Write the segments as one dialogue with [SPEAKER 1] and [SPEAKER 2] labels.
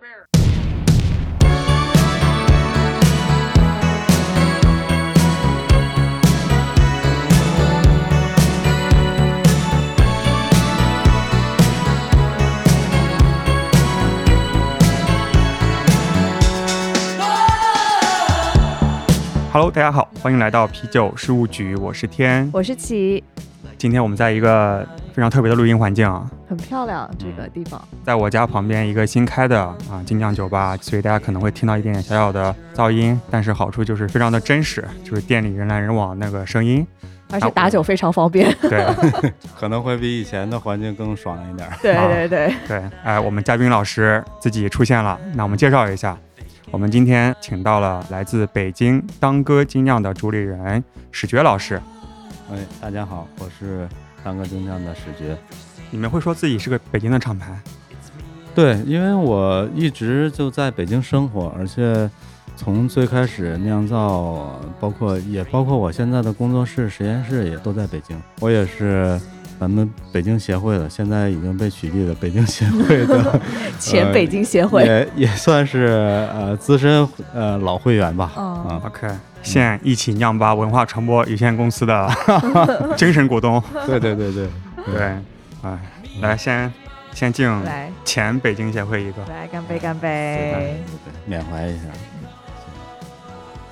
[SPEAKER 1] bear.
[SPEAKER 2] Hello，大家好，欢迎来到啤酒事务局，我是天。
[SPEAKER 3] 我是琪，
[SPEAKER 2] 今天我们在一个非常特别的录音环境啊，
[SPEAKER 3] 很漂亮这个
[SPEAKER 4] 嗯
[SPEAKER 3] 地方，
[SPEAKER 2] 在我家旁边一个新开的啊精酿酒吧，所以大家可能会听到一点点小小的噪音，但是好处就是非常的真实，就是店里人来人往那个声音。
[SPEAKER 3] 而且打酒非常方
[SPEAKER 4] 啊
[SPEAKER 3] 便。
[SPEAKER 2] 对
[SPEAKER 4] 可能会比以前的环境更爽一点儿。
[SPEAKER 3] 对
[SPEAKER 2] 啊
[SPEAKER 3] 对对，
[SPEAKER 2] 对，哎，我们嘉宾老师自己出现了，那我们介绍一下，我们今天请到了来自北京当歌精酿的主理人史觉老师。
[SPEAKER 4] 哎，大家好，我是当个精酿的史觉。
[SPEAKER 2] 你们会说自己是个北京的厂牌，
[SPEAKER 4] 对，因为我一直就在北京生活，而且从最开始酿造，包括也包括我现在的工作室、实验室也都在北京。我也是咱们北京协会的，现在已经被取缔的北京协会的
[SPEAKER 3] 前北京协会，
[SPEAKER 4] 呃也也算是呃资深呃老会员吧。
[SPEAKER 3] 哦
[SPEAKER 4] 啊、
[SPEAKER 2] OK，现一起酿吧文化传播有限公司的 精神股东，
[SPEAKER 4] 对对对对，
[SPEAKER 2] 对，哎，来先先敬
[SPEAKER 3] 来
[SPEAKER 2] 前北京协会一个。
[SPEAKER 3] 来干杯干
[SPEAKER 4] 对对
[SPEAKER 3] 杯！
[SPEAKER 4] 对，缅怀一下。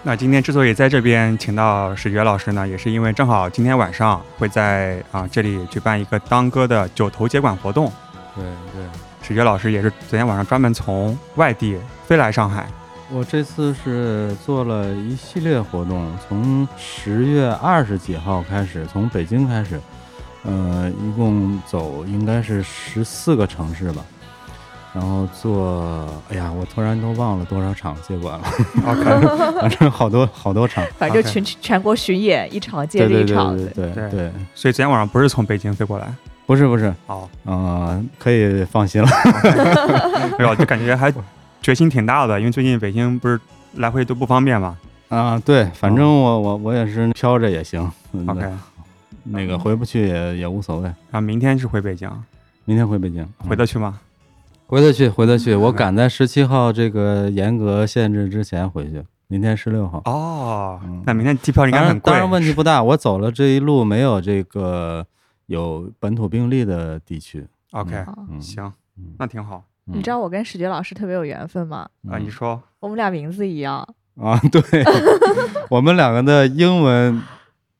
[SPEAKER 2] 那今天之所以在这边请到史觉老师呢，也是因为正好今天晚上会在啊这里举办一个当歌的九头接管活动。
[SPEAKER 4] 对对。
[SPEAKER 2] 史觉老师也是昨天晚上专门从外地飞来上 海，
[SPEAKER 4] 我这次是做了一系列活动，从十月二十几号开始，从北京开始，呃，一共走应该是十四个城市吧，然后做，哎呀，我突然都忘了多少场接管了，
[SPEAKER 2] OK，
[SPEAKER 4] 反正好多好多场，
[SPEAKER 3] 反正
[SPEAKER 2] OK
[SPEAKER 3] 全全国巡演一场接着
[SPEAKER 4] 对对
[SPEAKER 3] 一场，
[SPEAKER 4] 对对
[SPEAKER 2] 对
[SPEAKER 4] 对对，
[SPEAKER 2] 所以昨天晚上不是从北京飞过 来，
[SPEAKER 4] 不是不是，
[SPEAKER 2] 哦，
[SPEAKER 4] 呃，可以放心了，
[SPEAKER 2] 哎呦，就感觉还 决心挺大的，因为最近北京不是来回都不方便嘛。
[SPEAKER 4] 啊、对，反正我我我也是飘着也行嗯
[SPEAKER 2] OK，
[SPEAKER 4] 那个回不去也也无所谓，
[SPEAKER 2] 然后明天是回北京，
[SPEAKER 4] 明天回北京，嗯
[SPEAKER 2] 回得去吗？
[SPEAKER 4] 回得去，回得去，我赶在十七号这个严格限制之前回去。明天十六号，
[SPEAKER 2] 哦
[SPEAKER 4] 嗯，
[SPEAKER 2] 那明天机票应
[SPEAKER 4] 当
[SPEAKER 2] 该
[SPEAKER 4] 然
[SPEAKER 2] 很贵
[SPEAKER 4] 当。然问题不大。我走了这一路没有这个有本土病例的地区。
[SPEAKER 2] OK，
[SPEAKER 3] 哦
[SPEAKER 4] 嗯，
[SPEAKER 2] 行，
[SPEAKER 4] 嗯，
[SPEAKER 2] 那挺好
[SPEAKER 3] 你知道我跟史觉老师特别有缘分吗？
[SPEAKER 2] 啊。你说
[SPEAKER 3] 我们俩名字一样，
[SPEAKER 4] 啊？ 对，我们两个的英文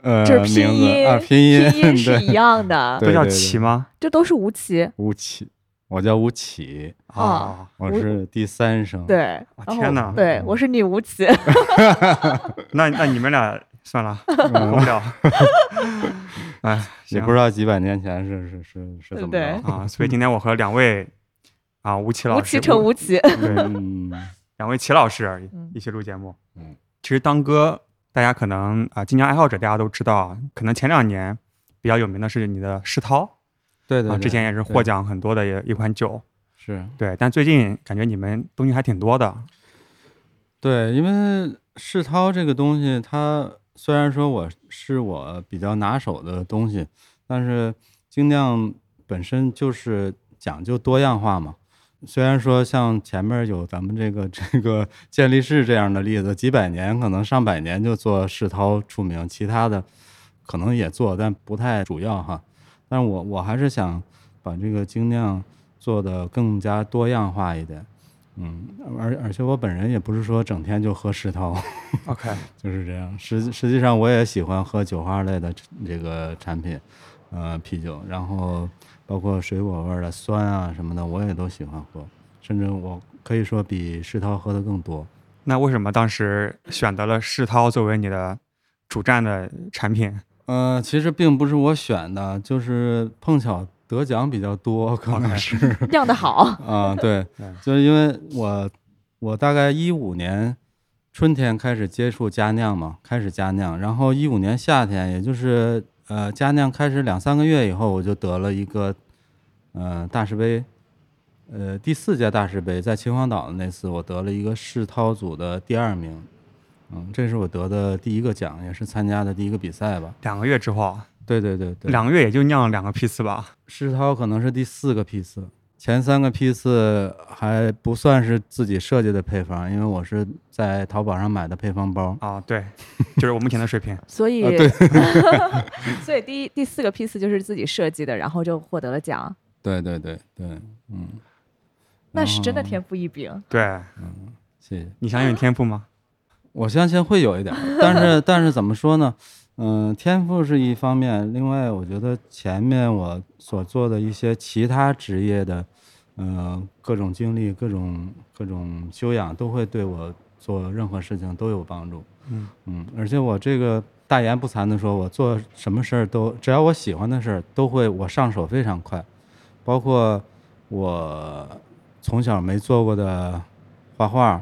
[SPEAKER 4] 呃
[SPEAKER 3] 就是拼
[SPEAKER 4] 名字
[SPEAKER 3] 音
[SPEAKER 4] 啊，拼
[SPEAKER 3] 拼
[SPEAKER 4] 音
[SPEAKER 3] 音是
[SPEAKER 4] 对
[SPEAKER 3] 一样的，
[SPEAKER 4] 对
[SPEAKER 2] 都
[SPEAKER 4] 嗯
[SPEAKER 2] 叫齐吗？
[SPEAKER 3] 这都是吴奇。
[SPEAKER 4] 吴起，我叫吴起，
[SPEAKER 2] 哦，
[SPEAKER 4] 我
[SPEAKER 3] 吴
[SPEAKER 4] 是第三声。
[SPEAKER 3] 对，
[SPEAKER 2] 哇
[SPEAKER 3] 然后
[SPEAKER 2] 天哪
[SPEAKER 4] 嗯
[SPEAKER 3] 对，我是女吴奇，
[SPEAKER 2] 那那你们俩算了，
[SPEAKER 4] 嗯，
[SPEAKER 2] 过不 了。哎，
[SPEAKER 4] 也
[SPEAKER 2] 行
[SPEAKER 4] 不知道几百年前是是是是怎么
[SPEAKER 3] 对
[SPEAKER 4] 着。
[SPEAKER 2] 啊，所以今天我和两位啊吴奇
[SPEAKER 3] 吴
[SPEAKER 2] 老
[SPEAKER 3] 奇
[SPEAKER 2] 师，
[SPEAKER 3] 成吴奇。
[SPEAKER 4] 嗯，
[SPEAKER 2] 两位齐老师
[SPEAKER 3] 嗯
[SPEAKER 2] 一起录节目。
[SPEAKER 4] 嗯，
[SPEAKER 2] 其实当歌大家可能啊，精酿爱好者大家都知道啊，可能前两年比较有名的是你的世涛
[SPEAKER 4] 对对
[SPEAKER 2] 啊，
[SPEAKER 4] 对
[SPEAKER 2] 之前也是获奖很多的一一款酒。
[SPEAKER 4] 是
[SPEAKER 2] 对，但最近感觉你们东西还挺多的。
[SPEAKER 4] 对，因为世涛这个东西，它虽然说我是我比较拿手的东西，但是精酿本身就是讲究多样化嘛。虽然说像前面有咱们这个 这个健力士这样的例子，几百年可能上百年就做世涛出名，其他的可能也做，但不太主要哈。但是我我还是想把这个精酿做得更加多样化一点。嗯，而而且我本人也不是说整天就喝世涛，
[SPEAKER 2] OK，
[SPEAKER 4] 就是这样。实实际上我也喜欢喝酒花类的这个产品，呃，啤酒，然后包括水果味儿的酸啊什么的，我也都喜欢喝，甚至我可以说比世涛喝的更多。
[SPEAKER 2] 那为什么当时选择了世涛作为你的主战的产品？
[SPEAKER 4] 呃，其实并不是我选的，就是碰巧得奖比较多，可能
[SPEAKER 2] OK
[SPEAKER 4] 啊是。
[SPEAKER 3] 酿得好，
[SPEAKER 4] 啊，对
[SPEAKER 2] 嗯，
[SPEAKER 4] 就是因为我我大概一五年春天开始接触佳酿嘛，开始佳酿，然后一五年夏天，也就是呃佳酿开始两三个月以后，我就得了一个呃大师杯，呃第四届大师杯在秦皇岛的那次，我得了一个世涛组的第二名，嗯，这是我得的第一个奖，也是参加的第一个比赛吧。
[SPEAKER 2] 两个月之后啊，
[SPEAKER 4] 对对对对，
[SPEAKER 2] 两个月也就酿了两个批次吧。
[SPEAKER 4] 世涛可能是第四个批次，前三个批次还不算是自己设计的配方，因为我是在淘宝上买的配方包。
[SPEAKER 2] 啊， 对，就是我目前的水平。
[SPEAKER 3] 所以，
[SPEAKER 2] 啊
[SPEAKER 4] 对
[SPEAKER 3] 所以第一第四个批次就是自己设计的，然后就获得了奖，
[SPEAKER 4] 对对对对，嗯，
[SPEAKER 3] 那是真的天赋异禀。
[SPEAKER 2] 对
[SPEAKER 4] 谢谢。
[SPEAKER 2] 你相信天赋吗？
[SPEAKER 4] 我相信会有一点儿，但是但是怎么说呢？嗯、天赋是一方面，另外我觉得前面我所做的一些其他职业的，呃，各种经历、各种各种修养，都会对我做任何事情都有帮助。
[SPEAKER 2] 嗯
[SPEAKER 4] 嗯，而且我这个大言不惭的说，我做什么事儿都，只要我喜欢的事儿，都会我上手非常快，包括我从小没做过的画画，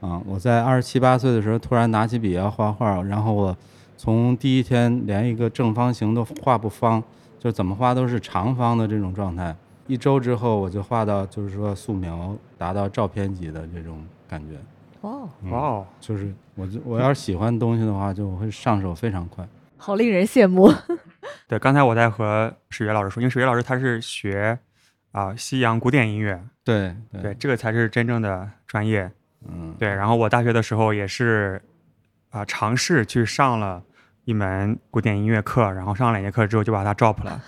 [SPEAKER 4] 啊，我在二十七八岁的时候突然拿起笔要画画，然后我从第一天连一个正方形都画不方，就怎么画都是长方的这种状态。一周之后，我就画到就是说素描达到照片级的这种感觉。
[SPEAKER 3] 哦，
[SPEAKER 4] 嗯
[SPEAKER 2] 哇哦，
[SPEAKER 4] 就是我就我要是喜欢东西的话，就会上手非常快。
[SPEAKER 3] 好令人羡慕。
[SPEAKER 2] 对，刚才我在和史源老师说，因为史源老师他是学啊、西洋古典音乐，
[SPEAKER 4] 对
[SPEAKER 2] 对，，这个才是真正的专业。
[SPEAKER 4] 嗯，
[SPEAKER 2] 对，然后我大学的时候也是啊、尝试去上了一门古典音乐课，然后上了两节课之后就把它 drop 了，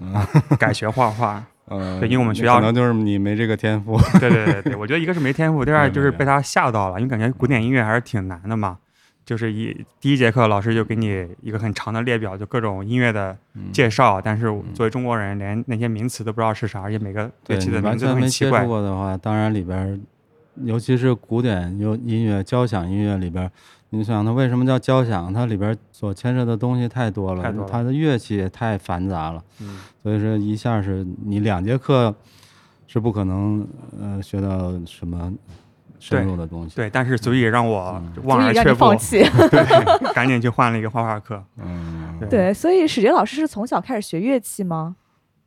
[SPEAKER 4] 嗯
[SPEAKER 2] 改学画画。
[SPEAKER 4] 呃
[SPEAKER 2] 对因为我们学
[SPEAKER 4] 那
[SPEAKER 2] 校
[SPEAKER 4] 可能就是你没这个天赋。
[SPEAKER 2] 对对对对，我觉得一个是没天赋，第二
[SPEAKER 4] 没
[SPEAKER 2] 就是
[SPEAKER 4] 没
[SPEAKER 2] 被他吓到了，因为感觉古典音乐还是挺难的嘛。就是一第一节课，老师就给你一个很长的列表，就各种音乐的
[SPEAKER 4] 嗯
[SPEAKER 2] 介绍。但是我作为中国人，连那些名词都不知道是啥，而且每个乐
[SPEAKER 4] 对
[SPEAKER 2] 器
[SPEAKER 4] 你
[SPEAKER 2] 的名
[SPEAKER 4] 完
[SPEAKER 2] 字都
[SPEAKER 4] 全没
[SPEAKER 2] 很奇
[SPEAKER 4] 接触
[SPEAKER 2] 怪。
[SPEAKER 4] 过的话，当然里边儿，尤其是古典有音乐、交响音乐里边儿，你想它为什么叫交响？它里边儿所牵涉的东西太多了，
[SPEAKER 2] 太多了
[SPEAKER 4] 它的乐器也太繁杂了，
[SPEAKER 2] 嗯，
[SPEAKER 4] 所以说一下是你两节课是不可能呃学到什么深入的东西。
[SPEAKER 2] 对，但是足以让我
[SPEAKER 4] 嗯
[SPEAKER 2] 望
[SPEAKER 3] 足以
[SPEAKER 2] 而
[SPEAKER 3] 让
[SPEAKER 2] 却
[SPEAKER 3] 你
[SPEAKER 2] 步
[SPEAKER 3] 放，弃。
[SPEAKER 2] 对，赶紧去换了一个画画课。
[SPEAKER 4] 嗯，
[SPEAKER 2] 对
[SPEAKER 3] 对，所以史杰老师是从小开始学乐器吗？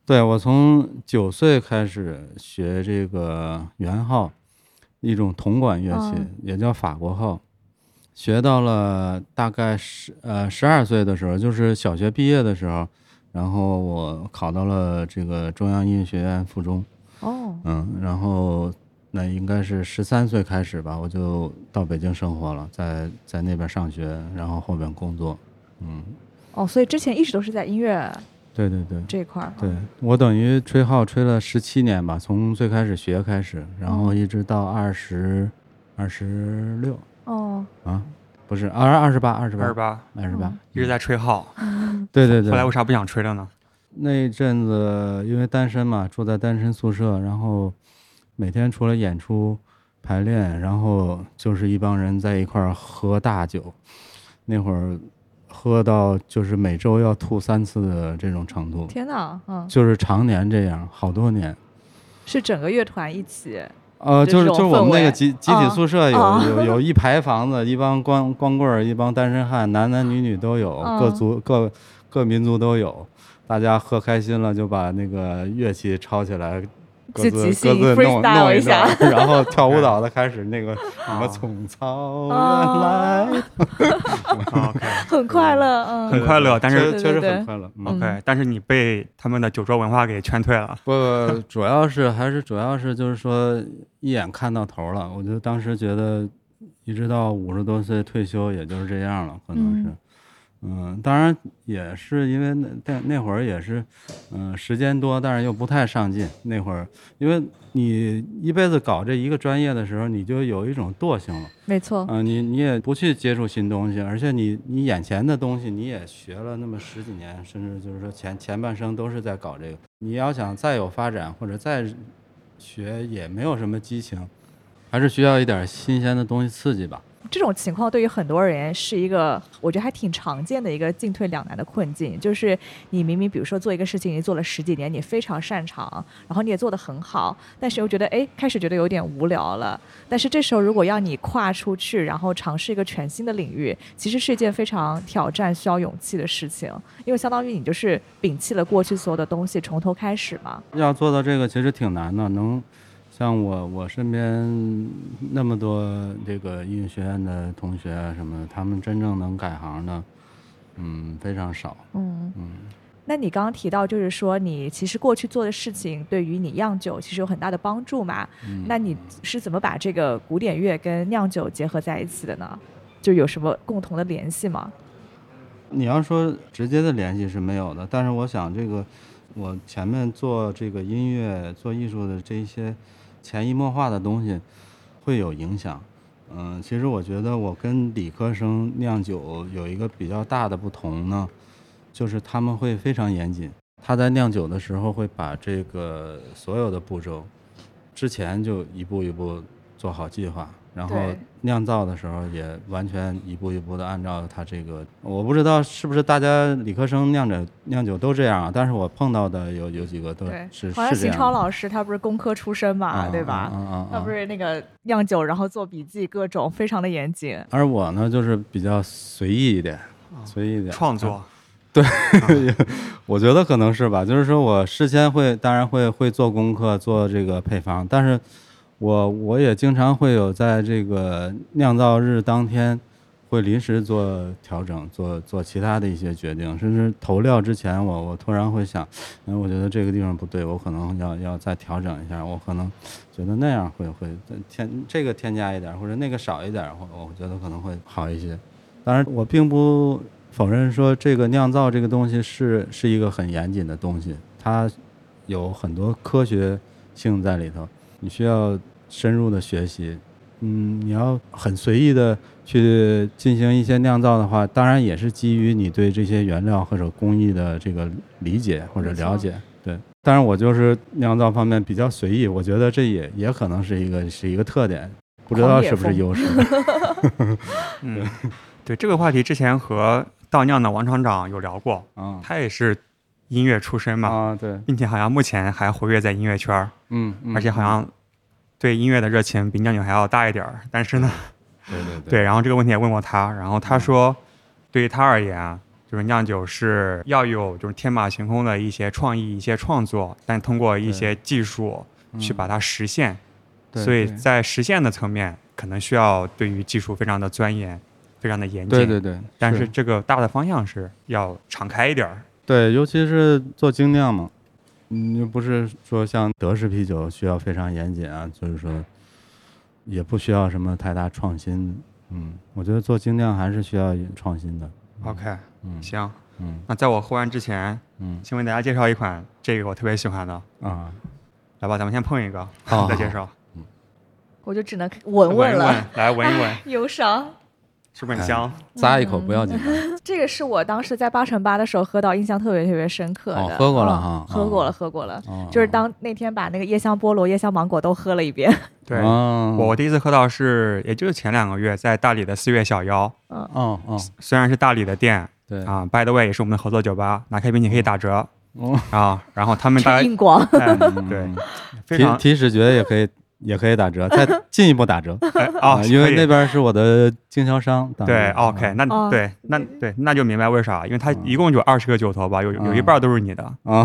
[SPEAKER 4] 对我从九岁开始学这个圆号，一种铜管乐器，
[SPEAKER 3] 嗯
[SPEAKER 4] 也叫法国号，学到了大概十呃十二岁的时候，就是小学毕业的时候，然后我考到了这个中央音乐学院附中，
[SPEAKER 3] 哦，
[SPEAKER 4] 嗯，然后那应该是十三岁开始吧，我就到北京生活了，在在那边上学，然后后边工作，嗯，
[SPEAKER 3] 哦，所以之前一直都是在音乐
[SPEAKER 4] 对对对，
[SPEAKER 3] 这一块儿。
[SPEAKER 4] 对我等于吹号吹了十七年吧，从最开始学开始，然后一直到二十二十六
[SPEAKER 3] 哦，
[SPEAKER 4] 啊，不是嗯二二十八二十八
[SPEAKER 2] 二十八
[SPEAKER 4] 二十八
[SPEAKER 3] 嗯，
[SPEAKER 2] 一直在吹号，
[SPEAKER 4] 对对
[SPEAKER 2] 后来为
[SPEAKER 4] 对。
[SPEAKER 2] 啥不想吹 了呢？
[SPEAKER 4] 那一阵子因为单身嘛，住在单身宿舍，然后每天除了演出排练，然后就是一帮人在一块儿喝大酒，那会儿喝到就是每周要吐三次的这种程度，
[SPEAKER 3] 天哪，嗯，
[SPEAKER 4] 就是常年这样，好多年。
[SPEAKER 3] 是整个乐团一起。
[SPEAKER 4] 呃，就是
[SPEAKER 3] 这
[SPEAKER 4] 就是
[SPEAKER 3] 种
[SPEAKER 4] 我们
[SPEAKER 3] 氛
[SPEAKER 4] 那个
[SPEAKER 3] 围
[SPEAKER 4] 集集体
[SPEAKER 3] 啊
[SPEAKER 4] 宿舍有、
[SPEAKER 3] 啊
[SPEAKER 4] 有有一排房子，一帮光光棍儿，一帮单身汉，男男女女都有，各
[SPEAKER 3] 啊
[SPEAKER 4] 族各各民族都有。大家喝开心了，就把那个乐器抄起来，各
[SPEAKER 3] 就
[SPEAKER 4] 自
[SPEAKER 3] 即
[SPEAKER 4] 各
[SPEAKER 3] 兴
[SPEAKER 4] 自弄
[SPEAKER 3] freestyle
[SPEAKER 4] 弄
[SPEAKER 3] 一
[SPEAKER 4] 段
[SPEAKER 3] 下
[SPEAKER 4] 儿，然后跳 舞蹈的开始那个什么
[SPEAKER 2] 嗯啊
[SPEAKER 4] 从草原
[SPEAKER 3] 啊
[SPEAKER 4] 来，哦
[SPEAKER 2] OK
[SPEAKER 3] 很快乐，嗯，
[SPEAKER 2] 很快乐但是
[SPEAKER 4] 确确实
[SPEAKER 3] 对对
[SPEAKER 4] 很
[SPEAKER 3] 对
[SPEAKER 4] 快乐。嗯
[SPEAKER 2] OK，但是你被他们的酒桌文化给劝退了。
[SPEAKER 4] 不不，主要是还是主要是就是说一眼看到头了。我就当时觉得，一直到五十多岁退休也就是这样了，可能是。嗯当然也是因为那那那会儿也是，嗯、时间多，但是又不太上进。那会儿，因为你一辈子搞这一个专业的时候，你就有一种惰性了。
[SPEAKER 3] 没错，
[SPEAKER 4] 嗯、你你也不去接触新东西，而且你你眼前的东西你也学了那么十几年，甚至就是说前前半生都是在搞这个。你要想再有发展或者再学，也没有什么激情，还是需要一点新鲜的东西刺激吧。
[SPEAKER 3] 这种情况对于很多人是一个，我觉得还挺常见的一个进退两难的困境，就是你明明比如说做一个事情，你做了十几年，你非常擅长，然后你也做得很好，但是又觉得哎，开始觉得有点无聊了。但是这时候如果要你跨出去，然后尝试一个全新的领域，其实是一件非常挑战、需要勇气的事情，因为相当于你就是摒弃了过去所有的东西，从头开始嘛。
[SPEAKER 4] 要做到这个其实挺难的，能像我我身边那么多这个音乐学院的同学啊什么的，他们真正能改行的，嗯，非常少。
[SPEAKER 3] 嗯，
[SPEAKER 4] 嗯，
[SPEAKER 3] 那你刚刚提到，就是说你其实过去做的事情对于你酿酒其实有很大的帮助嘛？
[SPEAKER 4] 嗯
[SPEAKER 3] 那你是怎么把这个古典乐跟酿酒结合在一起的呢？就有什么共同的联系吗？
[SPEAKER 4] 你要说直接的联系是没有的，但是我想这个，我前面做这个音乐、做艺术的这一些潜移默化的东西，会有影响。嗯，其实我觉得我跟理科生酿酒有一个比较大的不同呢，就是他们会非常严谨。他在酿酒的时候会把这个所有的步骤，之前就一步一步做好计划，然后
[SPEAKER 3] 对
[SPEAKER 4] 酿造的时候也完全一步一步的按照他这个，我不知道是不是大家理科生酿酒酿酒都这样啊，但是我碰到的有有几个都
[SPEAKER 3] 对
[SPEAKER 4] 是，
[SPEAKER 3] 好像
[SPEAKER 4] 是这
[SPEAKER 3] 邢
[SPEAKER 4] 样
[SPEAKER 3] 超
[SPEAKER 4] 的，
[SPEAKER 3] 老师他不是工科出身嘛，
[SPEAKER 4] 啊
[SPEAKER 3] 对吧？
[SPEAKER 4] 啊啊啊
[SPEAKER 3] 他不是那个酿酒，然后做笔记，各种非常的严谨。
[SPEAKER 4] 而我呢，就是比较随意一点，随意一点
[SPEAKER 2] 创作，
[SPEAKER 4] 我觉得可能是吧，就是说我事先会，当然会会做功课，做这个配方，但是我我也经常会有在这个酿造日当天会临时做调整，做做其他的一些决定，甚至投料之前我，我突然会想，哎，我觉得这个地方不对，我可能要要再调整一下，我可能觉得那样会会添这个添加一点，或者那个少一点，我我觉得可能会好一些。当然，我并不否认说这个酿造这个东西是是一个很严谨的东西，它有很多科学性在里头，你需要深入的学习。嗯，你要很随意的去进行一些酿造的话，当然也是基于你对这些原料或者工艺的这个理解或者
[SPEAKER 3] 没错
[SPEAKER 4] 了解。对，当然我就是酿造方面比较随意，我觉得这也也可能是一个是一个特点，不知道是不是 优势。
[SPEAKER 2] 嗯，对这个话题之前和倒酿的王厂长有聊过，
[SPEAKER 4] 啊
[SPEAKER 2] 他也嗯是音乐出身嘛，
[SPEAKER 4] 啊，对，
[SPEAKER 2] 并且好像目前还活跃在音乐圈儿，
[SPEAKER 4] 嗯，嗯
[SPEAKER 2] 而且好像对音乐的热情比酿酒还要大一点儿。但是呢，
[SPEAKER 4] 对对 对嗯
[SPEAKER 2] 对，然后这个问题也问过他，然后他说，对于他而言啊，就是酿酒是要有就是天马行空的一些创意、一些创作，但通过一些技术去把它实现。
[SPEAKER 4] 嗯对
[SPEAKER 2] 所以
[SPEAKER 4] 对
[SPEAKER 2] 在实现的层面，可能需要对于技术非常的钻研，非常的严谨。
[SPEAKER 4] 对对对，
[SPEAKER 2] 但是这个大的方向是要敞开一点儿。
[SPEAKER 4] 对，尤其是做精酿嘛，嗯，又不是说像德式啤酒需要非常严谨啊，就是说也不需要什么太大创新。嗯，我觉得做精酿还是需要创新的。
[SPEAKER 2] OK，
[SPEAKER 4] 嗯
[SPEAKER 2] 行，
[SPEAKER 4] 嗯
[SPEAKER 2] 那在我喝完之前，
[SPEAKER 4] 嗯
[SPEAKER 2] 先为大家介绍一款这个我特别喜欢的，
[SPEAKER 4] 啊，
[SPEAKER 2] 来吧，咱们先碰一个，
[SPEAKER 4] 好
[SPEAKER 2] 再介绍，
[SPEAKER 3] 我就只能闻
[SPEAKER 2] 闻一
[SPEAKER 3] 了，
[SPEAKER 2] 闻，来闻一闻，
[SPEAKER 3] 忧伤。
[SPEAKER 2] 是不是很香？
[SPEAKER 4] 咂一口不要紧的。
[SPEAKER 3] 这个是我当时在八乘八的时候喝到，印象特别特别深刻的。
[SPEAKER 4] 哦喝过了
[SPEAKER 3] 嗯
[SPEAKER 4] 哈哦
[SPEAKER 3] 喝过了，喝过了。
[SPEAKER 2] 啊
[SPEAKER 4] 哦
[SPEAKER 3] 就是当那天把那个椰香菠萝、椰香芒果都喝了一遍。
[SPEAKER 2] 对，
[SPEAKER 4] 哦
[SPEAKER 2] 我第一次喝到是，也就是前两个月在大理的四月小妖，
[SPEAKER 4] 哦哦，
[SPEAKER 2] 虽然是大理的店
[SPEAKER 4] 对，
[SPEAKER 2] 啊，by the way 也是我们的合作酒吧，拿开瓶你可以打折
[SPEAKER 4] 哦，
[SPEAKER 2] 啊，然后他们大
[SPEAKER 3] 去
[SPEAKER 2] 家
[SPEAKER 3] 硬广，
[SPEAKER 2] 哎
[SPEAKER 4] 嗯
[SPEAKER 2] 对
[SPEAKER 4] 嗯
[SPEAKER 2] 非
[SPEAKER 4] 提
[SPEAKER 2] 常
[SPEAKER 4] 提视觉也可以。也可以打 折，再进一步打折啊
[SPEAKER 2] 哎哦，
[SPEAKER 4] 因为
[SPEAKER 2] 可以
[SPEAKER 4] 那边是啊我的经销商。当
[SPEAKER 2] 对
[SPEAKER 4] 然
[SPEAKER 2] ，OK，那
[SPEAKER 3] 哦
[SPEAKER 2] 对，那
[SPEAKER 4] 嗯
[SPEAKER 2] 对，那就明白为啥，因为他一共就二十个酒头吧，有有一
[SPEAKER 4] 嗯
[SPEAKER 2] 半都是你的，
[SPEAKER 4] 啊，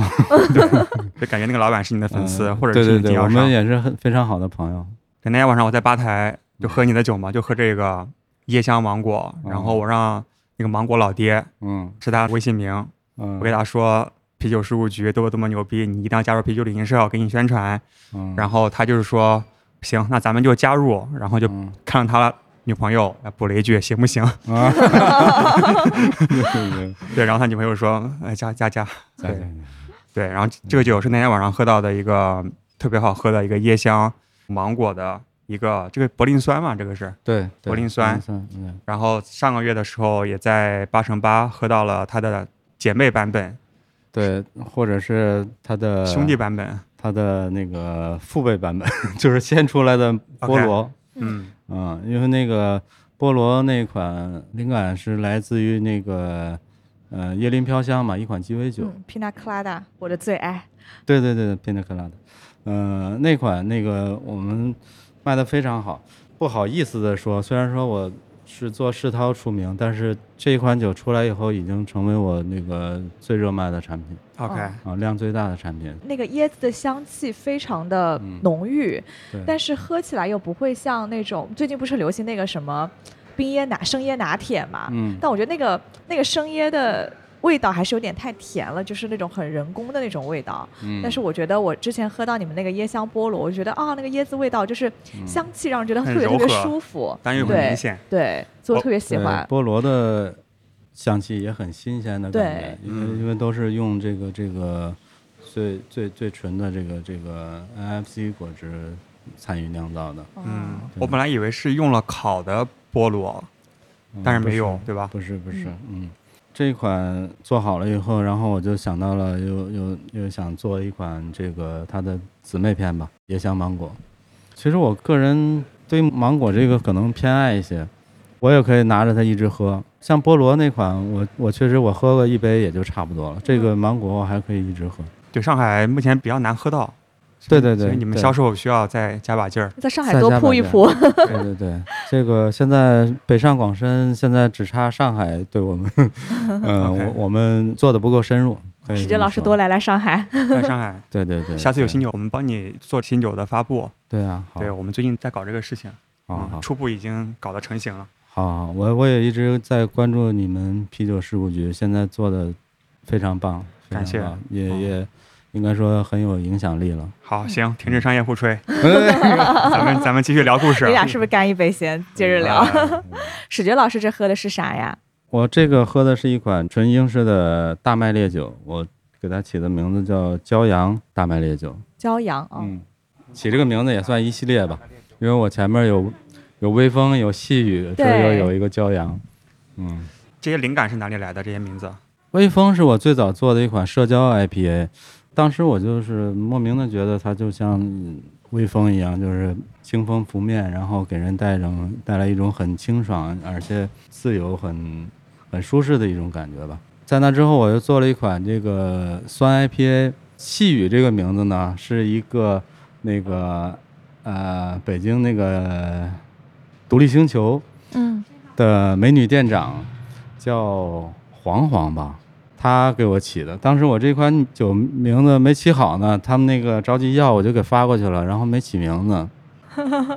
[SPEAKER 2] 就感觉那个老板是你的粉丝，
[SPEAKER 4] 嗯
[SPEAKER 2] 或者
[SPEAKER 4] 对
[SPEAKER 2] 是
[SPEAKER 4] 对
[SPEAKER 2] 你的
[SPEAKER 4] 对，
[SPEAKER 2] 经
[SPEAKER 4] 我
[SPEAKER 2] 销商
[SPEAKER 4] 们。也是很非常好的朋友。
[SPEAKER 2] 对，那天晚上我在吧台就喝你的酒嘛，就喝这个椰香芒果，
[SPEAKER 4] 嗯
[SPEAKER 2] 然后我让那个芒果老爹
[SPEAKER 4] 嗯
[SPEAKER 2] 是他微信名，
[SPEAKER 4] 嗯，
[SPEAKER 2] 我给他说啤酒事务局多么多么牛逼，你一定要加入啤酒旅行社，我给你宣传。
[SPEAKER 4] 嗯，
[SPEAKER 2] 然后他就是说行，那咱们就加入，然后就
[SPEAKER 4] 嗯
[SPEAKER 2] 看着他女朋友哎补了一句行不行？
[SPEAKER 4] 啊，对对对，
[SPEAKER 2] 对，然后他女朋友说哎加加加，
[SPEAKER 4] 再见
[SPEAKER 2] 对，然后这
[SPEAKER 4] 嗯
[SPEAKER 2] 这个酒是那天晚上喝到的一个特别好喝的一个椰香芒果的一个这个柏林酸嘛，这个是。
[SPEAKER 4] 对，对
[SPEAKER 2] 柏林酸
[SPEAKER 4] 嗯
[SPEAKER 2] 然后上个月的时候也在八乘八喝到了它的姐妹版本、
[SPEAKER 4] 对，或者是他的
[SPEAKER 2] 兄弟，版
[SPEAKER 3] 嗯
[SPEAKER 2] 本。
[SPEAKER 4] 他的那个父辈版本， 就是先出来的菠萝，
[SPEAKER 2] 嗯，
[SPEAKER 4] 嗯，因为那个菠萝那款灵感是来自于那个。呃，椰林飘香嘛，一款鸡尾酒，
[SPEAKER 3] 嗯，Pina Colada，我的最爱。
[SPEAKER 4] 对对对对，变得克拉的，呃，那款那个我们卖的非常好。不好意思的说，虽然说我是做世涛出名，但是这一款酒出来以后，已经成为我那个最热卖的产品
[SPEAKER 2] OK，、
[SPEAKER 3] 哦
[SPEAKER 4] 啊，量最大的产品。
[SPEAKER 3] 那个椰子的香气非常的
[SPEAKER 2] 嗯
[SPEAKER 3] 浓郁，
[SPEAKER 4] 对，
[SPEAKER 3] 但是喝起来又不会像那种最近不是流行那个什么冰椰拿生椰拿铁嘛？
[SPEAKER 4] 嗯，
[SPEAKER 3] 但我觉得那个那个生椰的味道还是有点太甜了，就是那种很人工的那种味道。
[SPEAKER 4] 嗯
[SPEAKER 3] 但是我觉得我之前喝到你们那个椰香菠萝，我就觉得啊，那个椰子味道就是香气让人觉得
[SPEAKER 2] 嗯很
[SPEAKER 3] 特别特
[SPEAKER 2] 柔
[SPEAKER 3] 别
[SPEAKER 2] 和
[SPEAKER 3] 舒服，
[SPEAKER 2] 但又很
[SPEAKER 3] 对
[SPEAKER 2] 明显。
[SPEAKER 3] 对，所以我
[SPEAKER 2] 哦
[SPEAKER 3] 特别喜
[SPEAKER 4] 对
[SPEAKER 3] 欢。
[SPEAKER 4] 菠萝的香气也很新鲜的感觉，
[SPEAKER 2] 对
[SPEAKER 4] 因为
[SPEAKER 2] 嗯
[SPEAKER 4] 因为都是用这个这个最最最纯的这个这个 NFC 果汁参与酿造的，
[SPEAKER 2] 嗯
[SPEAKER 3] 哦，
[SPEAKER 2] 我本来以为是用了烤的菠萝，
[SPEAKER 4] 嗯
[SPEAKER 2] 但是
[SPEAKER 4] 不
[SPEAKER 2] 没有，对吧？
[SPEAKER 4] 不是不是，嗯，这款做好了以后，然后我就想到了又又又想做一款这个它的姊妹篇吧，椰香芒果。其实我个人对芒果这个可能偏爱一些，我也可以拿着它一直喝。像菠萝那款，我我确实我喝过一杯也就差不多了。这个芒果我还可以一直喝。
[SPEAKER 2] 对，上海目前比较难喝到。
[SPEAKER 4] 对对
[SPEAKER 2] 所
[SPEAKER 4] 对
[SPEAKER 2] 以你们
[SPEAKER 4] 对
[SPEAKER 2] 销售需要再加把 劲儿。
[SPEAKER 3] 在上海
[SPEAKER 4] 再
[SPEAKER 3] 多
[SPEAKER 4] 加
[SPEAKER 3] 铺
[SPEAKER 4] 把
[SPEAKER 3] 一
[SPEAKER 4] 劲儿
[SPEAKER 3] 铺，
[SPEAKER 4] 对对对，这个现在北上广深现在只差上海对我们， 嗯、
[SPEAKER 2] OK
[SPEAKER 4] 我我们做的不够深入。可以
[SPEAKER 3] 史
[SPEAKER 4] 这
[SPEAKER 3] 哲
[SPEAKER 4] 么
[SPEAKER 3] 老师
[SPEAKER 4] 说
[SPEAKER 3] 多来来上海。
[SPEAKER 2] 在上海，
[SPEAKER 4] 对对对，
[SPEAKER 2] 下次有
[SPEAKER 4] 对
[SPEAKER 2] 新酒，我们帮你做新酒的发布。
[SPEAKER 4] 对啊，好，
[SPEAKER 2] 对，我们最近在搞这个事情，
[SPEAKER 4] 好
[SPEAKER 2] 嗯
[SPEAKER 4] 啊好
[SPEAKER 2] 初步已经搞得成型了。
[SPEAKER 4] 好好，我我也一直在关注你们啤酒事务局，现在做的非常棒，非
[SPEAKER 2] 感
[SPEAKER 4] 常
[SPEAKER 2] 谢
[SPEAKER 4] 棒也
[SPEAKER 2] 嗯
[SPEAKER 4] 也应该说很有影响 力了。
[SPEAKER 2] 好，
[SPEAKER 3] 嗯
[SPEAKER 2] 行，停止商业互 吹，咱们咱们继续聊故事啊
[SPEAKER 4] 啊
[SPEAKER 3] 你。俩是不是干一杯先哎接
[SPEAKER 4] 嗯
[SPEAKER 3] 着聊？
[SPEAKER 2] 呃
[SPEAKER 3] 史觉老师这喝的是啥呀？
[SPEAKER 4] 我这个喝的是一款纯英式的大麦烈酒，我给它起的名字叫骄阳大麦烈酒。
[SPEAKER 3] 骄阳
[SPEAKER 2] 哦
[SPEAKER 3] 啊，
[SPEAKER 4] 嗯，起这个名字也算一系列吧，因为我前面有有微风，有细雨，这儿
[SPEAKER 3] 对
[SPEAKER 4] 又有一个骄阳。嗯，
[SPEAKER 2] 这些灵感是哪里来的？这些名字？
[SPEAKER 4] 微风是我最早做的一款社交 IPA，当时我就是莫名的觉得它就像微风一样，就是清风拂面，然后给人带种带来一种很清爽而且自由、很很舒适的一种感觉吧。在那之后，我又做了一款这个酸 IPA，细雨这个名字呢是一个那个呃北京那个独立星球
[SPEAKER 3] 嗯，
[SPEAKER 4] 的美女店长叫黄黄吧，她给我起的。当时我这款酒名字没起好呢，他们那个着急要，我就给发过去了，然后没起名字。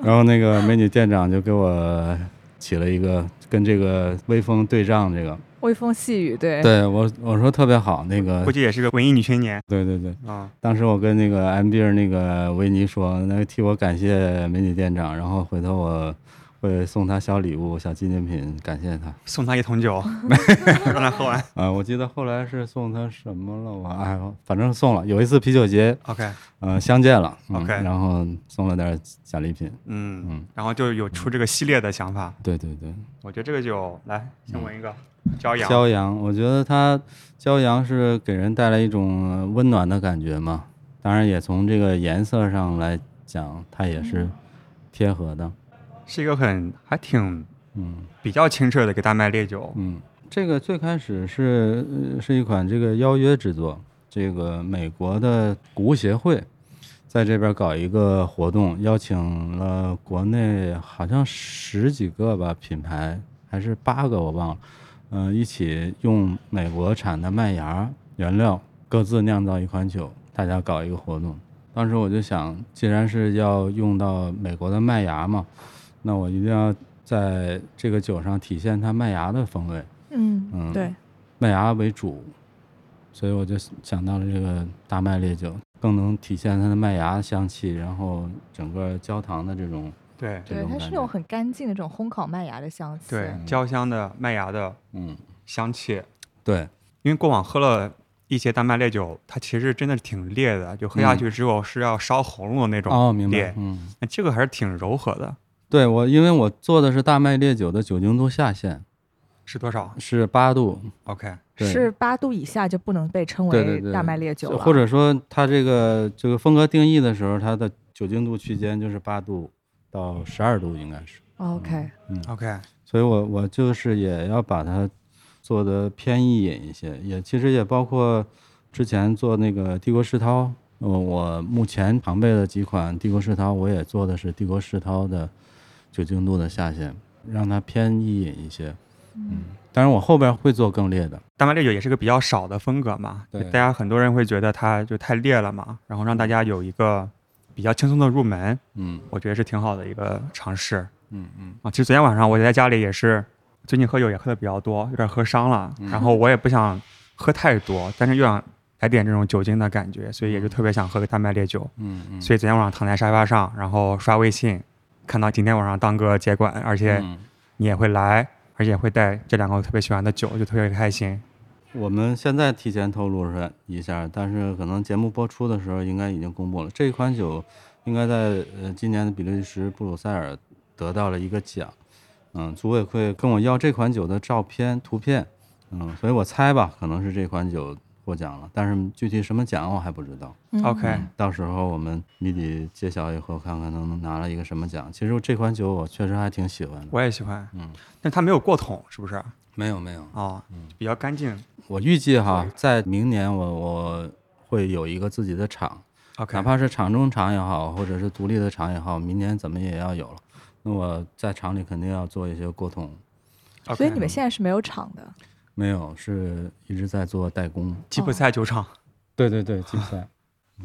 [SPEAKER 4] 然后那个美女店长就给我起了一个跟这个微风对仗，这个
[SPEAKER 3] 微风细雨，对，
[SPEAKER 4] 对我我说特别好，那个
[SPEAKER 2] 估计也是个文艺女青年
[SPEAKER 4] 对对对。
[SPEAKER 2] 啊。
[SPEAKER 4] 当时我跟那个 M B 那个维尼说，那个替我感谢美女店长，然后回头我会送她小礼物、小纪念品，感谢她。
[SPEAKER 2] 送他一桶 酒，让他喝完。
[SPEAKER 4] 啊，我记得后来是送他什么了，我哎呦，反正送了。有一次啤酒节，
[SPEAKER 2] OK，
[SPEAKER 4] 呃，相见了、嗯
[SPEAKER 2] OK
[SPEAKER 4] 然后送了点小礼品。
[SPEAKER 2] 嗯，
[SPEAKER 4] 嗯，
[SPEAKER 2] 然后就有出这个系列的想法。
[SPEAKER 4] 对对对，
[SPEAKER 2] 我觉得这个酒，来先闻一个，骄阳。
[SPEAKER 4] 骄阳，我觉得它骄阳是给人带来一种温暖的感觉嘛。当然，也从这个颜色上来讲，它也是贴合的。
[SPEAKER 2] 是一个很还挺
[SPEAKER 4] 嗯
[SPEAKER 2] 比较清澈的一个大麦烈酒。
[SPEAKER 4] 嗯，这个最开始是呃是一款这个邀约制作，这个美国的谷物协会在这边搞一个活动，邀请了国内好像十几个吧品牌，还是八个我忘了，嗯、一起用美国产的麦芽原料各自酿造一款酒，大家搞一个活动。当时我就想，既然是要用到美国的麦芽嘛，那我一定要在这个酒上体现它麦芽的风味，
[SPEAKER 3] 嗯
[SPEAKER 4] 嗯
[SPEAKER 3] 对，
[SPEAKER 4] 麦芽为主，所以我就想到了这个大麦烈酒，更能体现它的麦芽香气，然后整个焦糖的这种，
[SPEAKER 2] 对
[SPEAKER 4] 这
[SPEAKER 3] 对，
[SPEAKER 4] 种
[SPEAKER 3] 它
[SPEAKER 4] 感
[SPEAKER 3] 是那
[SPEAKER 4] 觉
[SPEAKER 3] 种很干净的这种烘烤麦芽的香气，啊
[SPEAKER 2] 对，焦香的麦芽的
[SPEAKER 4] 嗯，
[SPEAKER 2] 香气。
[SPEAKER 4] 对，
[SPEAKER 2] 因为过往喝了一些大麦烈酒，它其实真的挺烈的，就喝下去之后是要烧喉咙的那种。
[SPEAKER 4] 哦，明白
[SPEAKER 2] 烈，
[SPEAKER 4] 嗯，
[SPEAKER 2] 那这个还是挺柔和的，
[SPEAKER 4] 对我，因为我做的是大麦烈酒的酒精度下限
[SPEAKER 2] 是多少
[SPEAKER 4] 是八度，
[SPEAKER 2] ？OK，
[SPEAKER 4] 对
[SPEAKER 3] 是八度以下就不能被称
[SPEAKER 4] 对对
[SPEAKER 3] 为
[SPEAKER 4] 对
[SPEAKER 3] 大麦烈酒
[SPEAKER 4] 就
[SPEAKER 3] 了，
[SPEAKER 4] 或者说它这个这个风格定义的时候，它的酒精度区间就是八度到十二度，应该是。嗯
[SPEAKER 3] OK，
[SPEAKER 2] OK，
[SPEAKER 4] 所以我我就是也要把它做的偏一饮一些，也其实也包括之前做那个帝国世涛，我我目前常备的几款帝国世涛，我也做的是帝国世涛的酒精度的下限，让它偏一饮一些。嗯，当然我后边会做更烈的。
[SPEAKER 2] 大麦烈酒也是个比较少的风格嘛，
[SPEAKER 4] 对
[SPEAKER 2] 大家很多人会觉得它就太烈了嘛，然后让大家有一个比较轻松的入门，
[SPEAKER 4] 嗯
[SPEAKER 2] 我觉得是挺好的一个尝试
[SPEAKER 4] 嗯嗯
[SPEAKER 2] 啊。其实昨
[SPEAKER 4] 嗯
[SPEAKER 2] 天晚上我在家里也是，最近喝酒也喝的比较多，有点喝伤了，然后我也不想喝太多，但是又想来点这种酒精的感觉，所以也就特别想喝个蛋白烈酒。
[SPEAKER 4] 嗯嗯，
[SPEAKER 2] 所以昨天晚上躺在沙发上，然后刷微信，看到今天晚上当哥接管，而且
[SPEAKER 4] 嗯
[SPEAKER 2] 你也会来，而且会带这两个我特别喜欢的酒，就特别开心。
[SPEAKER 4] 我们现在提前透露了一下，但是可能节目播出的时候应该已经公布了。这款酒应该在呃今年的比利时布鲁塞尔得到了一个奖。嗯，组委会跟我要这款酒的照片、图片，嗯，所以我猜吧，可能是这款酒获奖了，但是具体什么奖我还不知道。
[SPEAKER 3] 嗯
[SPEAKER 2] OK，、
[SPEAKER 4] 到时候我们谜底揭晓以后，看看能能拿了一个什么奖。其实这款酒我确实还挺喜欢的。
[SPEAKER 2] 我也喜欢，
[SPEAKER 4] 嗯，
[SPEAKER 2] 但它没有过桶，是不是？
[SPEAKER 4] 没有没有，
[SPEAKER 2] 哦，比较干净。
[SPEAKER 4] 我预计哈，在明年我我会有一个自己的厂，
[SPEAKER 2] OK，
[SPEAKER 4] 哪怕是厂中厂也好，或者是独立的厂也好，明年怎么也要有了。那我在厂里肯定要做一些沟通，
[SPEAKER 2] OK
[SPEAKER 3] 所以你们现在是没有厂的，
[SPEAKER 4] 没有是一直在做代工。
[SPEAKER 2] 吉普赛酒厂
[SPEAKER 4] 对对对，竞赛。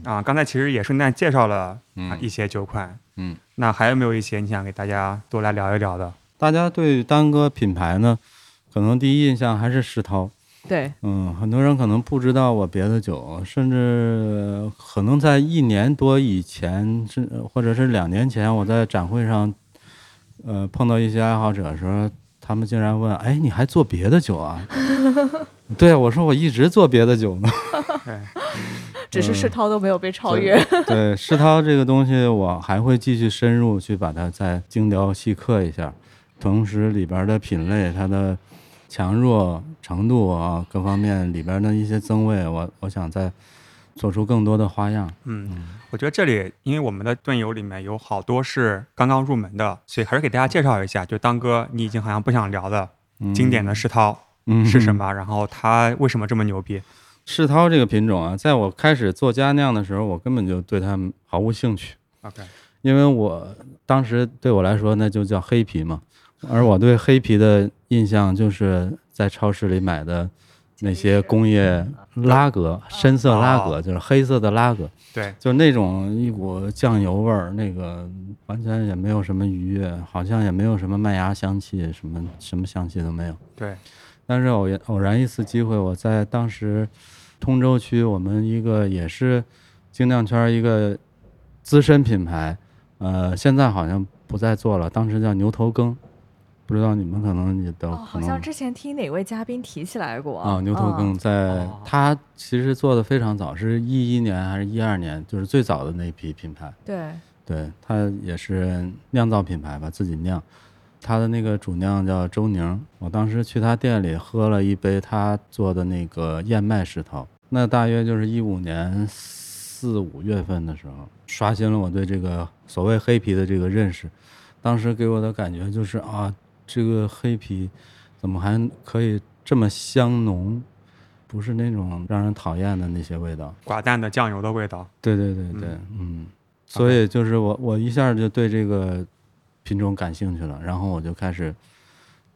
[SPEAKER 2] 啊，刚才其实也顺带介绍了啊
[SPEAKER 4] 嗯
[SPEAKER 2] 一些酒款。
[SPEAKER 4] 嗯，
[SPEAKER 2] 那还有没有一些你想给大家多来聊一聊 的？
[SPEAKER 4] 大家对丹哥品牌呢，可能第一印象还是世涛。
[SPEAKER 3] 对，
[SPEAKER 4] 嗯，很多人可能不知道我别的酒，甚至可能在一年多以前，甚或者是两年前，我在展会上，呃，碰到一些爱好者的时候，他们竟然问：“哎，你还做别的酒啊？” 对，我说我一直做别的酒呢。
[SPEAKER 2] 对，
[SPEAKER 3] 只是世涛都没有被超越。
[SPEAKER 4] 嗯对，世涛这个东西，我还会继续深入去把它再精雕细刻一下，同时里边的品类、它的强弱程度啊，各方面里边的一些增味，我我想再做出更多的花样。
[SPEAKER 2] 嗯，我觉得这里，因为我们的队友里面有好多是刚刚入门的，所以还是给大家介绍一下，就当哥你已经好像不想聊的
[SPEAKER 4] 嗯
[SPEAKER 2] 经典的世涛
[SPEAKER 4] 嗯
[SPEAKER 2] 是什？么，然后他为什么这么牛逼
[SPEAKER 4] 世涛这个品种啊，在我开始做家酿的时候，我根本就对它毫无兴趣。
[SPEAKER 2] ？OK，
[SPEAKER 4] 因为我当时对我来说那就叫黑啤嘛，而我对黑啤的印象就是在超市里买的那些工业拉格，深色拉格，就是黑色的拉格，
[SPEAKER 2] 对，
[SPEAKER 4] 就是那种一股酱油味儿，那个完全也没有什么愉悦，好像也没有什么麦芽香气，什么什么香气都没有。
[SPEAKER 2] 对，
[SPEAKER 4] 但是偶然偶然一次机会，我在当时通州区，我们一个也是精酿圈一个资深品牌，呃，现在好像不再做了，当时叫牛头羹，不知道你们可能也都
[SPEAKER 3] 哦，
[SPEAKER 4] 可
[SPEAKER 3] 好
[SPEAKER 4] 能
[SPEAKER 3] 像之前听哪位嘉宾提起来过
[SPEAKER 4] 啊，牛头羹在
[SPEAKER 2] 哦
[SPEAKER 4] 它其实做的非常早，是一一年还是一二年，就是最早的那批品牌。
[SPEAKER 3] 对，
[SPEAKER 4] 对，它也是酿造品牌吧，自己酿。它的那个主酿叫周宁，我当时去他店里喝了一杯他做的那个燕麦石头，那大约就是一五年四五月份的时候，刷新了我对这个所谓黑啤的这个认识。当时给我的感觉就是啊，这个黑啤怎么还可以这么香浓，不是那种让人讨厌的那些味道。
[SPEAKER 2] 寡淡的酱油的味道。
[SPEAKER 4] 对对对对，嗯，所以就是我我一下就对这个品种感兴趣了，然后我就开始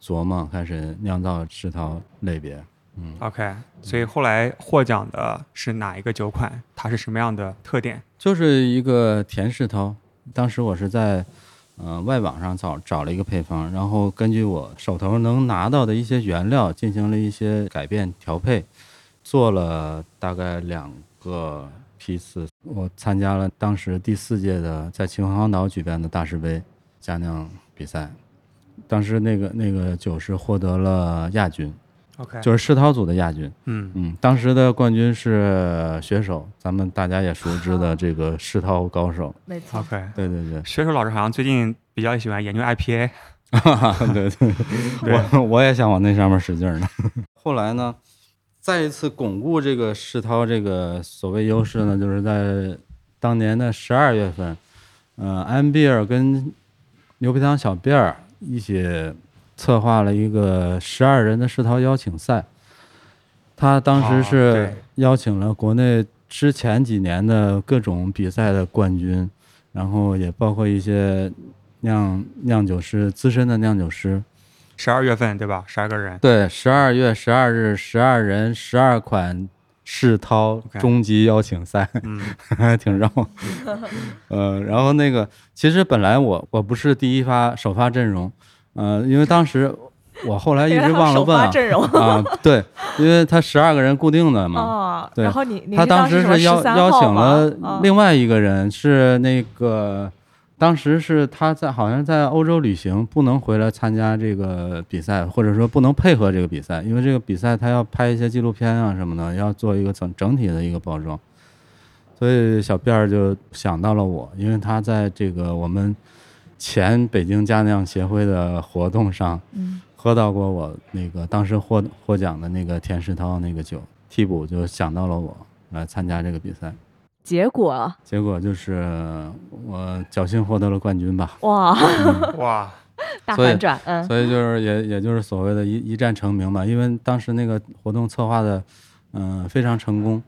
[SPEAKER 4] 琢磨，开始酿造世涛类别。嗯
[SPEAKER 2] OK，所以后来获奖的是哪一个酒款？它是什么样的特点？
[SPEAKER 4] 就是一个甜世涛。当时我是在呃外网上找找了一个配方，然后根据我手头能拿到的一些原料进行了一些改变调配，做了大概两个批次。我参加了当时第四届的在秦皇岛举办的大师杯佳酿比赛，当时那个那个酒是获得了亚军，
[SPEAKER 2] OK，
[SPEAKER 4] 就是世涛组的亚军。
[SPEAKER 2] 嗯，
[SPEAKER 4] 嗯，当时的冠军是选手，咱们大家也熟知 的这个世涛高手。
[SPEAKER 3] 没错，
[SPEAKER 2] OK，，
[SPEAKER 4] 对对对
[SPEAKER 2] 选手老师好像最近比较喜欢研究 IPA。
[SPEAKER 4] 对对，我我也想往那上面使劲儿呢。 后来呢，再一次巩固这个世涛这个所谓优势呢，就是在当年的十二月份，呃，安比尔跟牛皮糖小辫儿一起策划了一个十二人的世涛邀请赛。他当时
[SPEAKER 2] 哦
[SPEAKER 4] 是
[SPEAKER 2] 对
[SPEAKER 4] 邀请了国内之前几年的各种比赛的冠军，然后也包括一些酿酿酒师资深的酿酒师。
[SPEAKER 2] 十二月份对吧？十二个 人。
[SPEAKER 4] 对，十二月十二日，十二人十二款世涛
[SPEAKER 2] OK
[SPEAKER 4] 终极邀请赛，
[SPEAKER 2] 嗯
[SPEAKER 4] 还 挺绕。呃，然后那个，其实本来我我不是第一发首发阵容，呃，因为当时我后来一
[SPEAKER 3] 原来
[SPEAKER 4] 直
[SPEAKER 3] 还有
[SPEAKER 4] 忘了
[SPEAKER 3] 首
[SPEAKER 4] 问
[SPEAKER 3] 发
[SPEAKER 4] 啊
[SPEAKER 3] 阵容
[SPEAKER 4] 啊，对，因为他十二个人固定的嘛，
[SPEAKER 3] 啊，
[SPEAKER 4] 对
[SPEAKER 3] 然后你你
[SPEAKER 4] 他
[SPEAKER 3] 是当
[SPEAKER 4] 当时
[SPEAKER 3] 什么
[SPEAKER 4] 是邀
[SPEAKER 3] 13
[SPEAKER 4] 邀
[SPEAKER 3] 号
[SPEAKER 4] 请
[SPEAKER 3] 吗
[SPEAKER 4] 了
[SPEAKER 3] 啊
[SPEAKER 4] 另外一个人，是那个当时是他在好像在欧洲旅行，不能回来参加这个比赛，或者说不能配合这个比赛，因为这个比赛他要拍一些纪录片啊什么的，要做一个整整体的一个包装。所以小辫儿就想到了我，因为他在这个我们前北京家酿协会的活动上
[SPEAKER 3] 嗯
[SPEAKER 4] 喝到过我那个当时获获奖的那个田世涛那个酒，替补就想到了我来参加这个比赛，
[SPEAKER 3] 结果
[SPEAKER 4] 结果就是我侥幸获得了冠 军吧，
[SPEAKER 3] 哇，
[SPEAKER 2] 哇，
[SPEAKER 3] 大
[SPEAKER 4] 所以
[SPEAKER 3] 反转，嗯，
[SPEAKER 4] 所以就是也也就是所谓的一一战成名吧，因为当时那个活动策划的嗯、呃非常成功，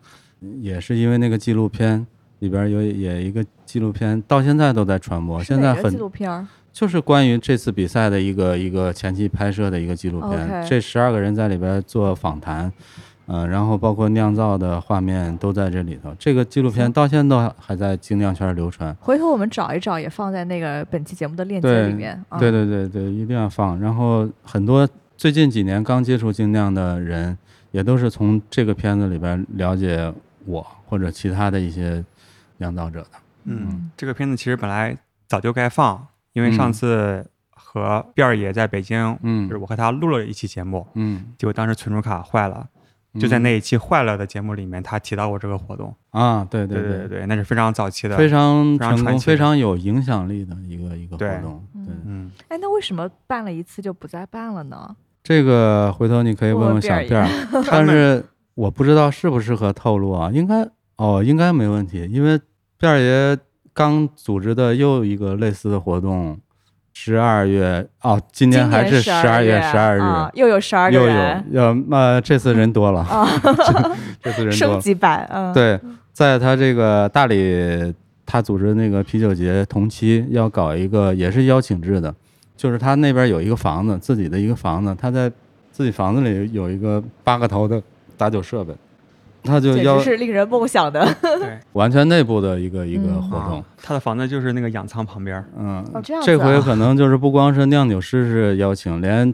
[SPEAKER 4] 也是因为那个纪录片里边有也一个纪录片到现在都在传播，
[SPEAKER 3] 是
[SPEAKER 4] 现
[SPEAKER 3] 哪
[SPEAKER 4] 在
[SPEAKER 3] 个
[SPEAKER 4] 很
[SPEAKER 3] 纪录片儿
[SPEAKER 4] 就是关于这次比赛的一个一个前期拍摄的一个纪录片
[SPEAKER 3] OK
[SPEAKER 4] 这十二个人在里边做访谈，嗯、然后包括酿造的画面都在这里头。这个纪录片到现在还在精酿圈流传。
[SPEAKER 3] 回头我们找一找，也放在那个本期节目的链接
[SPEAKER 4] 对
[SPEAKER 3] 里面啊。
[SPEAKER 4] 对对对对，一定要放。然后很多最近几年刚接触精酿的人，也都是从这个片子里边了解我或者其他的一些酿造者的。
[SPEAKER 2] 嗯，这个片子其实本来早就该放，因为上次和辫儿爷在北京，
[SPEAKER 4] 嗯
[SPEAKER 2] 就是我和他录了一期节目，
[SPEAKER 4] 嗯，
[SPEAKER 2] 结果当时存储卡坏了，就在那一期坏了的节目里面，他提到过这个活动。
[SPEAKER 4] 啊，对对
[SPEAKER 2] 对对对，那是非常早期的。
[SPEAKER 4] 非
[SPEAKER 2] 非
[SPEAKER 4] 常
[SPEAKER 2] 常
[SPEAKER 4] 成
[SPEAKER 2] 传
[SPEAKER 4] 功、
[SPEAKER 2] 奇
[SPEAKER 4] 非
[SPEAKER 2] 的
[SPEAKER 4] 常有影响力的一个一个
[SPEAKER 2] 对
[SPEAKER 4] 活动。对，
[SPEAKER 2] 嗯，
[SPEAKER 3] 哎，那为什么办了一次就不再办了呢？
[SPEAKER 4] 这个回头你可以问
[SPEAKER 3] 问
[SPEAKER 4] 问
[SPEAKER 3] 问
[SPEAKER 4] 小
[SPEAKER 3] 辫
[SPEAKER 4] 辫儿，但是我不知道适不适合透露啊，应该哦，应该没问题，因为辫儿爷刚组织的又一个类似的活动，十二月哦，
[SPEAKER 3] 今
[SPEAKER 4] 今年还是
[SPEAKER 3] 十
[SPEAKER 4] 十二
[SPEAKER 3] 月
[SPEAKER 4] 十二
[SPEAKER 3] 啊
[SPEAKER 4] 日，
[SPEAKER 3] 又有十二
[SPEAKER 4] 又
[SPEAKER 3] 个
[SPEAKER 4] 有
[SPEAKER 3] 人
[SPEAKER 4] 要呃，这次人多了，
[SPEAKER 3] 啊，
[SPEAKER 4] 这次 人多
[SPEAKER 3] 升
[SPEAKER 4] 了，
[SPEAKER 3] 级版，嗯，，
[SPEAKER 4] 对，在他这个大理，他组织的那个啤酒节同期要搞一个，也是邀请制的，就是他那边有一个房子，自己的一个房子，他在自己房子里有一个八个头的打酒设备，他就
[SPEAKER 3] 简
[SPEAKER 4] 邀
[SPEAKER 3] 直是令人梦想的。
[SPEAKER 2] 对，
[SPEAKER 4] 完全内部的一个一个
[SPEAKER 3] 嗯
[SPEAKER 4] 活动
[SPEAKER 2] 啊。他的房子就是那个养仓旁边儿。
[SPEAKER 4] 嗯，
[SPEAKER 3] 哦这样子啊
[SPEAKER 4] 回可能就是不光是酿酒师是邀请，连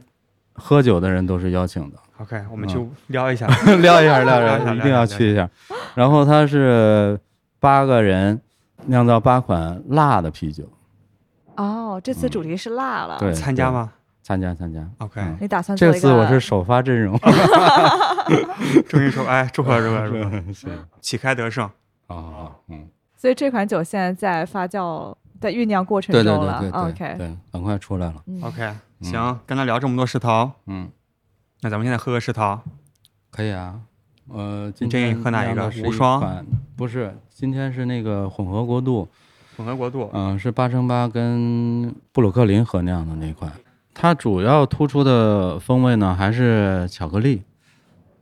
[SPEAKER 4] 喝酒的人都是邀请的。
[SPEAKER 2] OK，我
[SPEAKER 4] 嗯
[SPEAKER 2] 们去撩一下。
[SPEAKER 4] 撩 一下，撩
[SPEAKER 2] 聊
[SPEAKER 4] 一
[SPEAKER 2] 一
[SPEAKER 4] 下，
[SPEAKER 2] 下
[SPEAKER 4] 一定
[SPEAKER 2] 聊
[SPEAKER 4] 要
[SPEAKER 2] 一下
[SPEAKER 4] 去一下。然后它是八个人酿造八款辣的啤酒，
[SPEAKER 3] 哦，这次
[SPEAKER 4] 嗯
[SPEAKER 3] 主题是辣了，
[SPEAKER 4] 对，
[SPEAKER 2] 啊参加
[SPEAKER 4] 对？
[SPEAKER 2] 吗
[SPEAKER 4] 参加，参加。
[SPEAKER 2] ？OK，
[SPEAKER 4] 嗯
[SPEAKER 3] 你打算做
[SPEAKER 4] 这
[SPEAKER 3] 一个？
[SPEAKER 4] 次我是首发 阵容，
[SPEAKER 2] 终于说，哎，祝贺祝贺祝贺，
[SPEAKER 4] 是啊
[SPEAKER 2] 旗开得胜。
[SPEAKER 4] 啊，嗯，
[SPEAKER 3] 所以这款酒现在在发酵、在酝酿过程
[SPEAKER 4] 对
[SPEAKER 3] 中
[SPEAKER 4] 对
[SPEAKER 3] 了。
[SPEAKER 4] 对对
[SPEAKER 3] OK，
[SPEAKER 4] 对，对，很快出来了，
[SPEAKER 3] 嗯
[SPEAKER 2] OK，行，刚才聊这么多世涛，
[SPEAKER 4] 嗯，
[SPEAKER 2] 那咱们现在喝个世涛。
[SPEAKER 4] 可以啊。呃，
[SPEAKER 2] 你
[SPEAKER 4] 今
[SPEAKER 2] 建议
[SPEAKER 4] 天
[SPEAKER 2] 喝哪一
[SPEAKER 4] 酿
[SPEAKER 2] 个
[SPEAKER 4] 的是
[SPEAKER 2] 无双
[SPEAKER 4] 款？不是，今天是那个混合国度，
[SPEAKER 2] 混合国度，
[SPEAKER 4] 嗯、是八升八跟布鲁克林合酿的那款。它主要突出的风味呢，还是巧克力，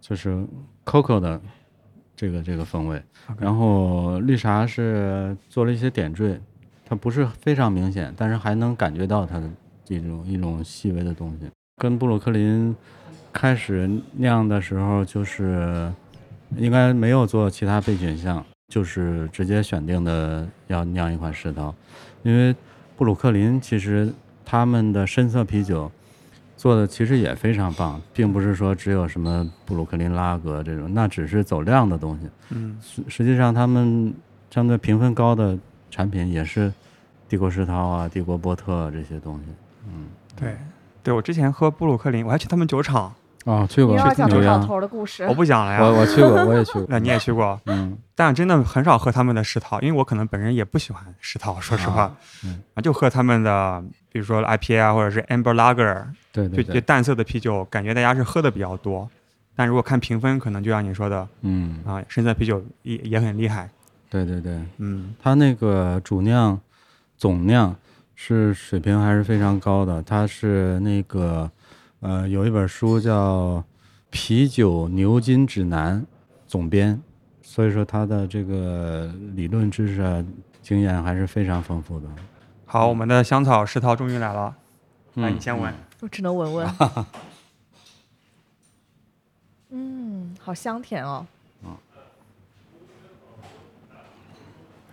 [SPEAKER 4] 就是 cocoa 的这个这个风味。然后绿茶是做了一些点缀，它不是非常明显，但是还能感觉到它的这种一种细微的东西。跟布鲁克林开始酿的时候，就是应该没有做其他备选项，就是直接选定的要酿一款世涛，因为布鲁克林其实他们的深色啤酒做的其实也非常棒，并不是说只有什么布鲁克林拉格这种，那只是走量的东西。
[SPEAKER 2] 嗯，
[SPEAKER 4] 实实际上他们相对评分高的产品也是帝国世涛啊、帝国波特、啊、这些东西。嗯
[SPEAKER 2] 对，对我之前喝布鲁克林，我还去他们酒厂，
[SPEAKER 4] 哦，去
[SPEAKER 3] 你又要讲
[SPEAKER 4] 纽
[SPEAKER 3] 多
[SPEAKER 4] 约
[SPEAKER 3] 少
[SPEAKER 4] 啊，
[SPEAKER 3] 头的故事
[SPEAKER 2] 我？不讲了呀。
[SPEAKER 4] 我我去过，我也去 过。
[SPEAKER 2] 那你也去过，
[SPEAKER 4] 嗯，
[SPEAKER 2] 但真的很少喝他们的世涛，因为我可能本人也不喜欢世涛，说实话，
[SPEAKER 4] 啊嗯
[SPEAKER 2] 啊就喝他们的，比如说 IPA 啊，或者是 Amber Lager，
[SPEAKER 4] 对
[SPEAKER 2] 就
[SPEAKER 4] 对
[SPEAKER 2] 就
[SPEAKER 4] 对，
[SPEAKER 2] 淡色的啤酒，感觉大家是喝的比较多。但如果看评分，可能就像你说的
[SPEAKER 4] 嗯，
[SPEAKER 2] 啊，深色啤酒也也很厉害。
[SPEAKER 4] 对对对，
[SPEAKER 2] 嗯，
[SPEAKER 4] 它那个主酿、总酿是水平还是非常高的。它是那个呃，有一本书叫《啤酒牛津指南》，总编，所以说他的这个理论知识啊、经验还是非常丰富的。
[SPEAKER 2] 好，我们的香草世涛终于来了，那、你
[SPEAKER 4] 嗯
[SPEAKER 2] 先闻，
[SPEAKER 3] 我只能闻 闻。嗯，好香甜哦。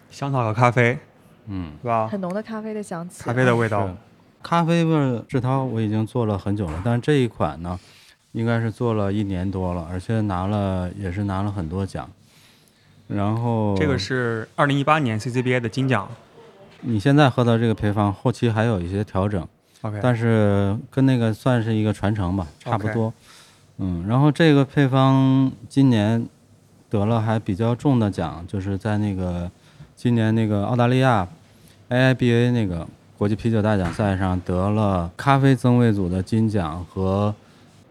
[SPEAKER 2] 香草和咖啡，
[SPEAKER 4] 嗯，
[SPEAKER 2] 是吧？
[SPEAKER 3] 很浓的咖啡的香气，啊
[SPEAKER 2] 咖啡的味道
[SPEAKER 4] 嗯是，咖啡味儿世涛我已经做了很久了，但是这一款呢，应该是做了一年多了，而且拿了也是拿了很多奖。然后
[SPEAKER 2] 这个是二零一八年 CCBA 的金奖。
[SPEAKER 4] 你现在喝到这个配方，后期还有一些调整，
[SPEAKER 2] OK，
[SPEAKER 4] 但是跟那个算是一个传承吧，差不
[SPEAKER 2] OK
[SPEAKER 4] 多。嗯，然后这个配方今年得了还比较重的奖，就是在那个今年那个澳大利亚 AIBA 那个国际啤酒大奖赛上得了咖啡增味组的金奖和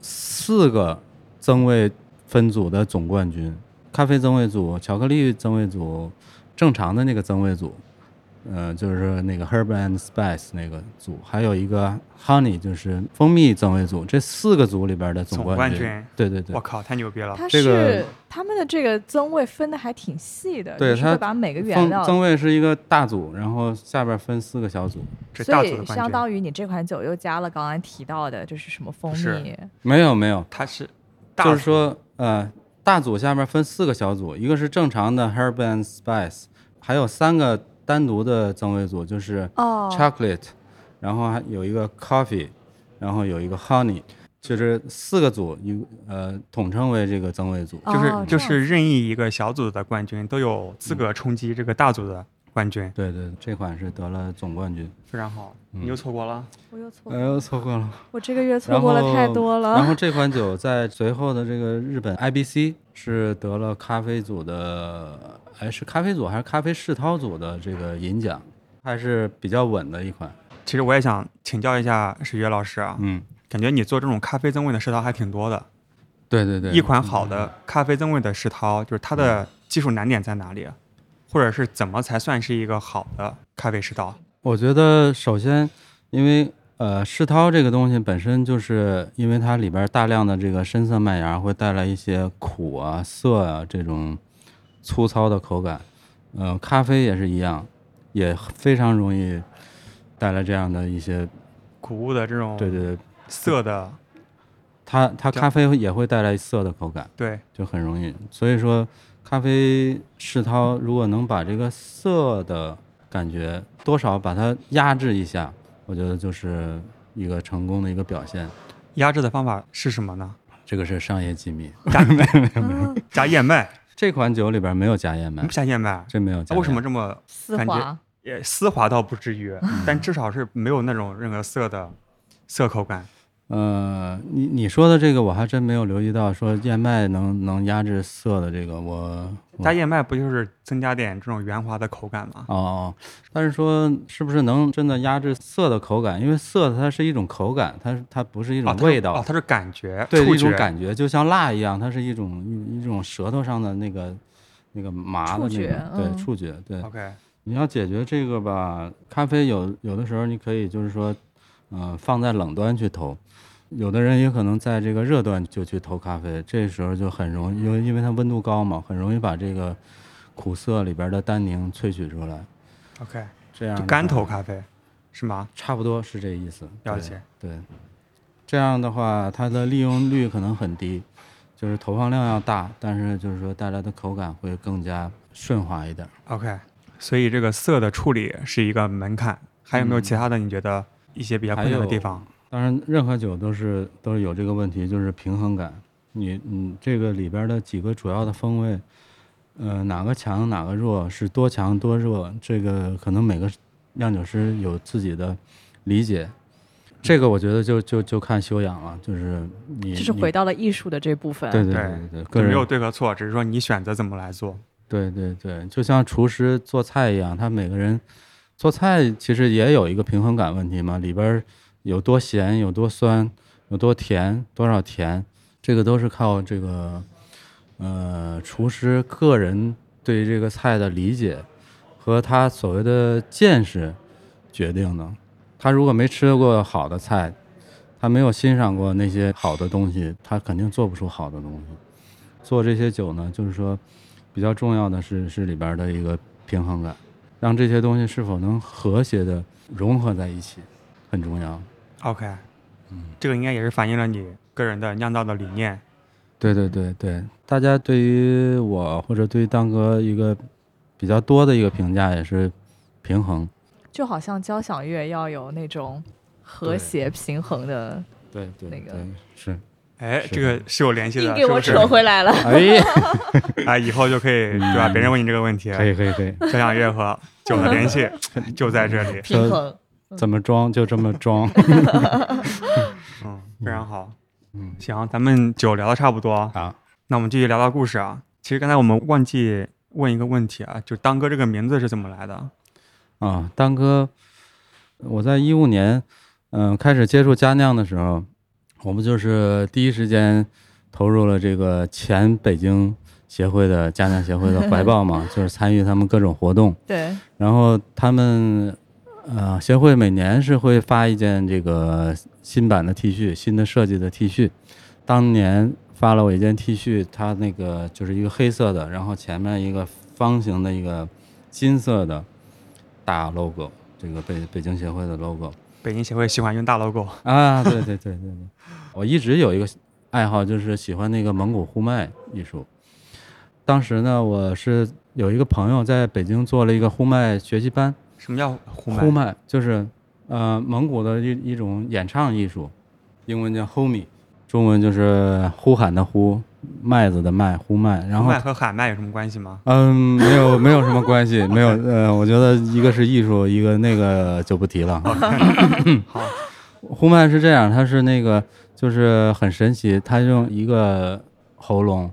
[SPEAKER 4] 四个增味分组的总冠军。咖啡增味组、巧克力增味组、正常的那个增味组，呃，就是那个 Herb and Spice 那个组，还有一个 Honey，就是蜂蜜增味组，这四个组里边的总
[SPEAKER 2] 总
[SPEAKER 4] 冠
[SPEAKER 2] 冠
[SPEAKER 4] 军。
[SPEAKER 2] 军
[SPEAKER 4] 对对对
[SPEAKER 2] 我，靠，太牛逼了！
[SPEAKER 3] 它
[SPEAKER 4] 这
[SPEAKER 3] 是、
[SPEAKER 4] 个
[SPEAKER 3] 他们的这个增味分的还挺细的，
[SPEAKER 4] 对
[SPEAKER 3] 就是
[SPEAKER 4] 它
[SPEAKER 3] 会把每个原
[SPEAKER 4] 增
[SPEAKER 3] 料，
[SPEAKER 4] 增味是一个大组，然后下边分四个小组。
[SPEAKER 2] 这大
[SPEAKER 3] 所
[SPEAKER 2] 组的
[SPEAKER 3] 以
[SPEAKER 2] 冠
[SPEAKER 3] 相
[SPEAKER 2] 军，
[SPEAKER 3] 当于你这款酒又加了刚刚提到的，就是什么蜂
[SPEAKER 2] 不是
[SPEAKER 3] 蜜，
[SPEAKER 4] 没有没有，
[SPEAKER 2] 他是大
[SPEAKER 4] 就是
[SPEAKER 2] 组
[SPEAKER 4] 说呃，大组下面分四个小组，一个是正常的 Herb and Spice，还有三个单独的增味组，就是
[SPEAKER 3] 哦
[SPEAKER 4] chocolate，然后还有一个 coffee，然后有一个 honey，就是四个组一呃统称为这个增味组。
[SPEAKER 2] 就是、
[SPEAKER 3] 哦
[SPEAKER 2] 就
[SPEAKER 3] 这样
[SPEAKER 2] 是任意一个小组的冠军都有资格冲击这个大组的冠军，
[SPEAKER 4] 对对，这款是得了总冠军。
[SPEAKER 2] 非常好。你又错过了，
[SPEAKER 3] 我又错，
[SPEAKER 4] 哎呦，错过了，
[SPEAKER 3] 我这个月错
[SPEAKER 4] 然
[SPEAKER 3] 过了
[SPEAKER 4] 后
[SPEAKER 3] 太多
[SPEAKER 4] 然后
[SPEAKER 3] 了。
[SPEAKER 4] 这款酒在随后的这个日本 IBC 是得了咖啡组的，哎，是咖啡组还是咖啡世涛组的这个银奖，还是比较稳的一款。
[SPEAKER 2] 其实我也想请教一下史学老师啊，
[SPEAKER 4] 嗯，
[SPEAKER 2] 感觉你做这种咖啡增味的世涛还挺多的。
[SPEAKER 4] 对对对，
[SPEAKER 2] 一款好的咖啡增味的世涛，就是它的技术难点在哪里，啊或者是怎么才算是一个好的咖啡世涛？
[SPEAKER 4] 我觉得首先，因为呃，世涛这个东西本身就是因为它里边大量的这个深色麦芽会带来一些苦啊、涩啊这种粗糙的口感，呃，咖啡也是一样，也非常容易带来这样的一些，
[SPEAKER 2] 谷物的这种
[SPEAKER 4] 对对对，
[SPEAKER 2] 涩的，
[SPEAKER 4] 它它
[SPEAKER 2] 这
[SPEAKER 4] 咖啡也会带来涩的口感，
[SPEAKER 2] 对，
[SPEAKER 4] 就很容易。所以说，咖啡世涛如果能把这个涩的感觉多少把它压制一下，我觉得就是一个成功的一个表现。
[SPEAKER 2] 压制的方法是什么呢？
[SPEAKER 4] 这个是商业机密。
[SPEAKER 3] 嗯
[SPEAKER 2] 加燕麦，
[SPEAKER 4] 这款酒里边没有加燕麦
[SPEAKER 2] 不，加燕麦，啊
[SPEAKER 4] 真没有加。
[SPEAKER 2] 为什么？这么
[SPEAKER 3] 丝
[SPEAKER 2] 感觉
[SPEAKER 3] 滑，
[SPEAKER 2] 也呃丝滑倒不至于，
[SPEAKER 4] 嗯
[SPEAKER 2] 但至少是没有那种任何涩的涩口感。
[SPEAKER 4] 呃，你你说的这个我还真没有留意到，说燕麦能能压制涩的这个，我我
[SPEAKER 2] 加燕麦不就是增加点这种圆滑的口感吗？
[SPEAKER 4] 哦，但是说是不是能真的压制涩的口感？因为涩它是一种口感，它它不是一种
[SPEAKER 2] 哦它是
[SPEAKER 4] 味道，
[SPEAKER 2] 哦，它是感觉，
[SPEAKER 4] 对
[SPEAKER 2] 触
[SPEAKER 4] 一种
[SPEAKER 2] 觉，
[SPEAKER 4] 感觉，就像辣一样，它是一种一一种舌头上的那个那个麻的
[SPEAKER 3] 触
[SPEAKER 4] 那
[SPEAKER 3] 觉
[SPEAKER 4] 个，对
[SPEAKER 3] 嗯
[SPEAKER 4] 触觉，对。
[SPEAKER 2] OK，
[SPEAKER 4] 你要解决这个吧，咖啡有有的时候你可以就是说，呃，放在冷端去投，有的人也可能在这个热端就去投咖啡，这时候就很容易，因为因为它温度高嘛，很容易把这个苦涩里边的单宁萃取出来，
[SPEAKER 2] OK，
[SPEAKER 4] 这样
[SPEAKER 2] 就
[SPEAKER 4] 的
[SPEAKER 2] 干
[SPEAKER 4] 话
[SPEAKER 2] 投咖啡是吗？
[SPEAKER 4] 差不多是这意思。
[SPEAKER 2] 了
[SPEAKER 4] 对
[SPEAKER 2] 解。
[SPEAKER 4] 对，这样的话，它的利用率可能很低，就是投放量要大，但是就是说带来的口感会更加顺滑一点。
[SPEAKER 2] OK，所以这个色的处理是一个门槛，还有没有
[SPEAKER 4] 嗯
[SPEAKER 2] 其他的你觉得一些比较困难的地方？
[SPEAKER 4] 当然，任何酒都是都是有这个问题，就是平衡感。你你这个里边的几个主要的风味，呃，哪个强哪个弱，是多强多弱，这个可能每个酿酒师有自己的理解。这个我觉得就就就看修养了，就是你
[SPEAKER 3] 就是
[SPEAKER 4] 你
[SPEAKER 3] 回到了艺术的这部分。
[SPEAKER 4] 对对
[SPEAKER 2] 对
[SPEAKER 4] 对对，
[SPEAKER 2] 就
[SPEAKER 4] 个
[SPEAKER 2] 没
[SPEAKER 4] 人
[SPEAKER 2] 有对和错，只是说你选择怎么来做。
[SPEAKER 4] 对对对，就像厨师做菜一样，他每个人做菜其实也有一个平衡感问题嘛，里边儿有多咸、有多酸、有多甜、多少甜，这个都是靠这个呃厨师个人对这个菜的理解和他所谓的见识决定的。他如果没吃过好的菜，他没有欣赏过那些好的东西，他肯定做不出好的东西。做这些酒呢，就是说。比较重要的是是里边儿的一个平衡感，让这些东西是否能和谐的融合在一起，很重要。
[SPEAKER 2] OK，这
[SPEAKER 4] 嗯
[SPEAKER 2] 个应该也是反映了你个人的酿造的理念。
[SPEAKER 4] 对对对对，大家对于我或者对于当哥一个比较多的一个评价也是平衡。
[SPEAKER 3] 就好像交响乐要有那种和谐平衡的。
[SPEAKER 4] 对对
[SPEAKER 3] 那个
[SPEAKER 4] 对是，
[SPEAKER 2] 哎，
[SPEAKER 4] 是
[SPEAKER 2] 这个是有联系
[SPEAKER 3] 硬
[SPEAKER 4] 啊
[SPEAKER 2] 的，
[SPEAKER 3] 给我
[SPEAKER 2] 是不
[SPEAKER 3] 扯回来 了，
[SPEAKER 4] 哎，
[SPEAKER 2] 是？ 啊，以后就可以，对吧？
[SPEAKER 4] 嗯
[SPEAKER 2] 别人问你这个问题，
[SPEAKER 4] 可以可以可以，
[SPEAKER 2] 交响乐 和酒的联系就在这里，
[SPEAKER 4] 嗯
[SPEAKER 3] 平衡。
[SPEAKER 4] 怎么装就这么装，
[SPEAKER 2] 嗯，非常好。
[SPEAKER 4] 嗯
[SPEAKER 2] 行，咱们酒聊的差不多，
[SPEAKER 4] 好，
[SPEAKER 2] 那我们继续聊到故事啊。其实刚才我们忘记问一个问题啊，就当哥这个名字是怎么来的？
[SPEAKER 4] 啊，丹哥，我在一五年，嗯、开始接触佳酿的时候，我们就是第一时间投入了这个前北京协会的佳酿协会的怀抱嘛，就是参与他们各种活动。
[SPEAKER 3] 对，
[SPEAKER 4] 然后他们呃协会每年是会发一件这个新版的 T 恤，新的设计的 T 恤。当年发了我一件 T 恤，它那个就是一个黑色的，然后前面一个方形的一个金色的大 logo，这个北北京协会的 logo。
[SPEAKER 2] 北京协会喜欢用大 logo，
[SPEAKER 4] 啊，对对对对对，我一直有一个爱好，就是喜欢那个蒙古呼麦艺术。当时呢，我是有一个朋友在北京做了一个呼麦学习班，
[SPEAKER 2] 什么叫呼麦？
[SPEAKER 4] 呼麦就是呃蒙古的一一种演唱艺术，英文叫 homi，中文就是呼喊的呼，麦子的麦，呼麦。然
[SPEAKER 2] 呼
[SPEAKER 4] 后
[SPEAKER 2] 麦和喊麦有什么关系吗？
[SPEAKER 4] 嗯，没有没有什么关系，没有呃，我觉得一个是艺术，一个那个就不提了。
[SPEAKER 2] 好，
[SPEAKER 4] 呼麦是这样，它是那个就是很神奇，它用一个喉咙，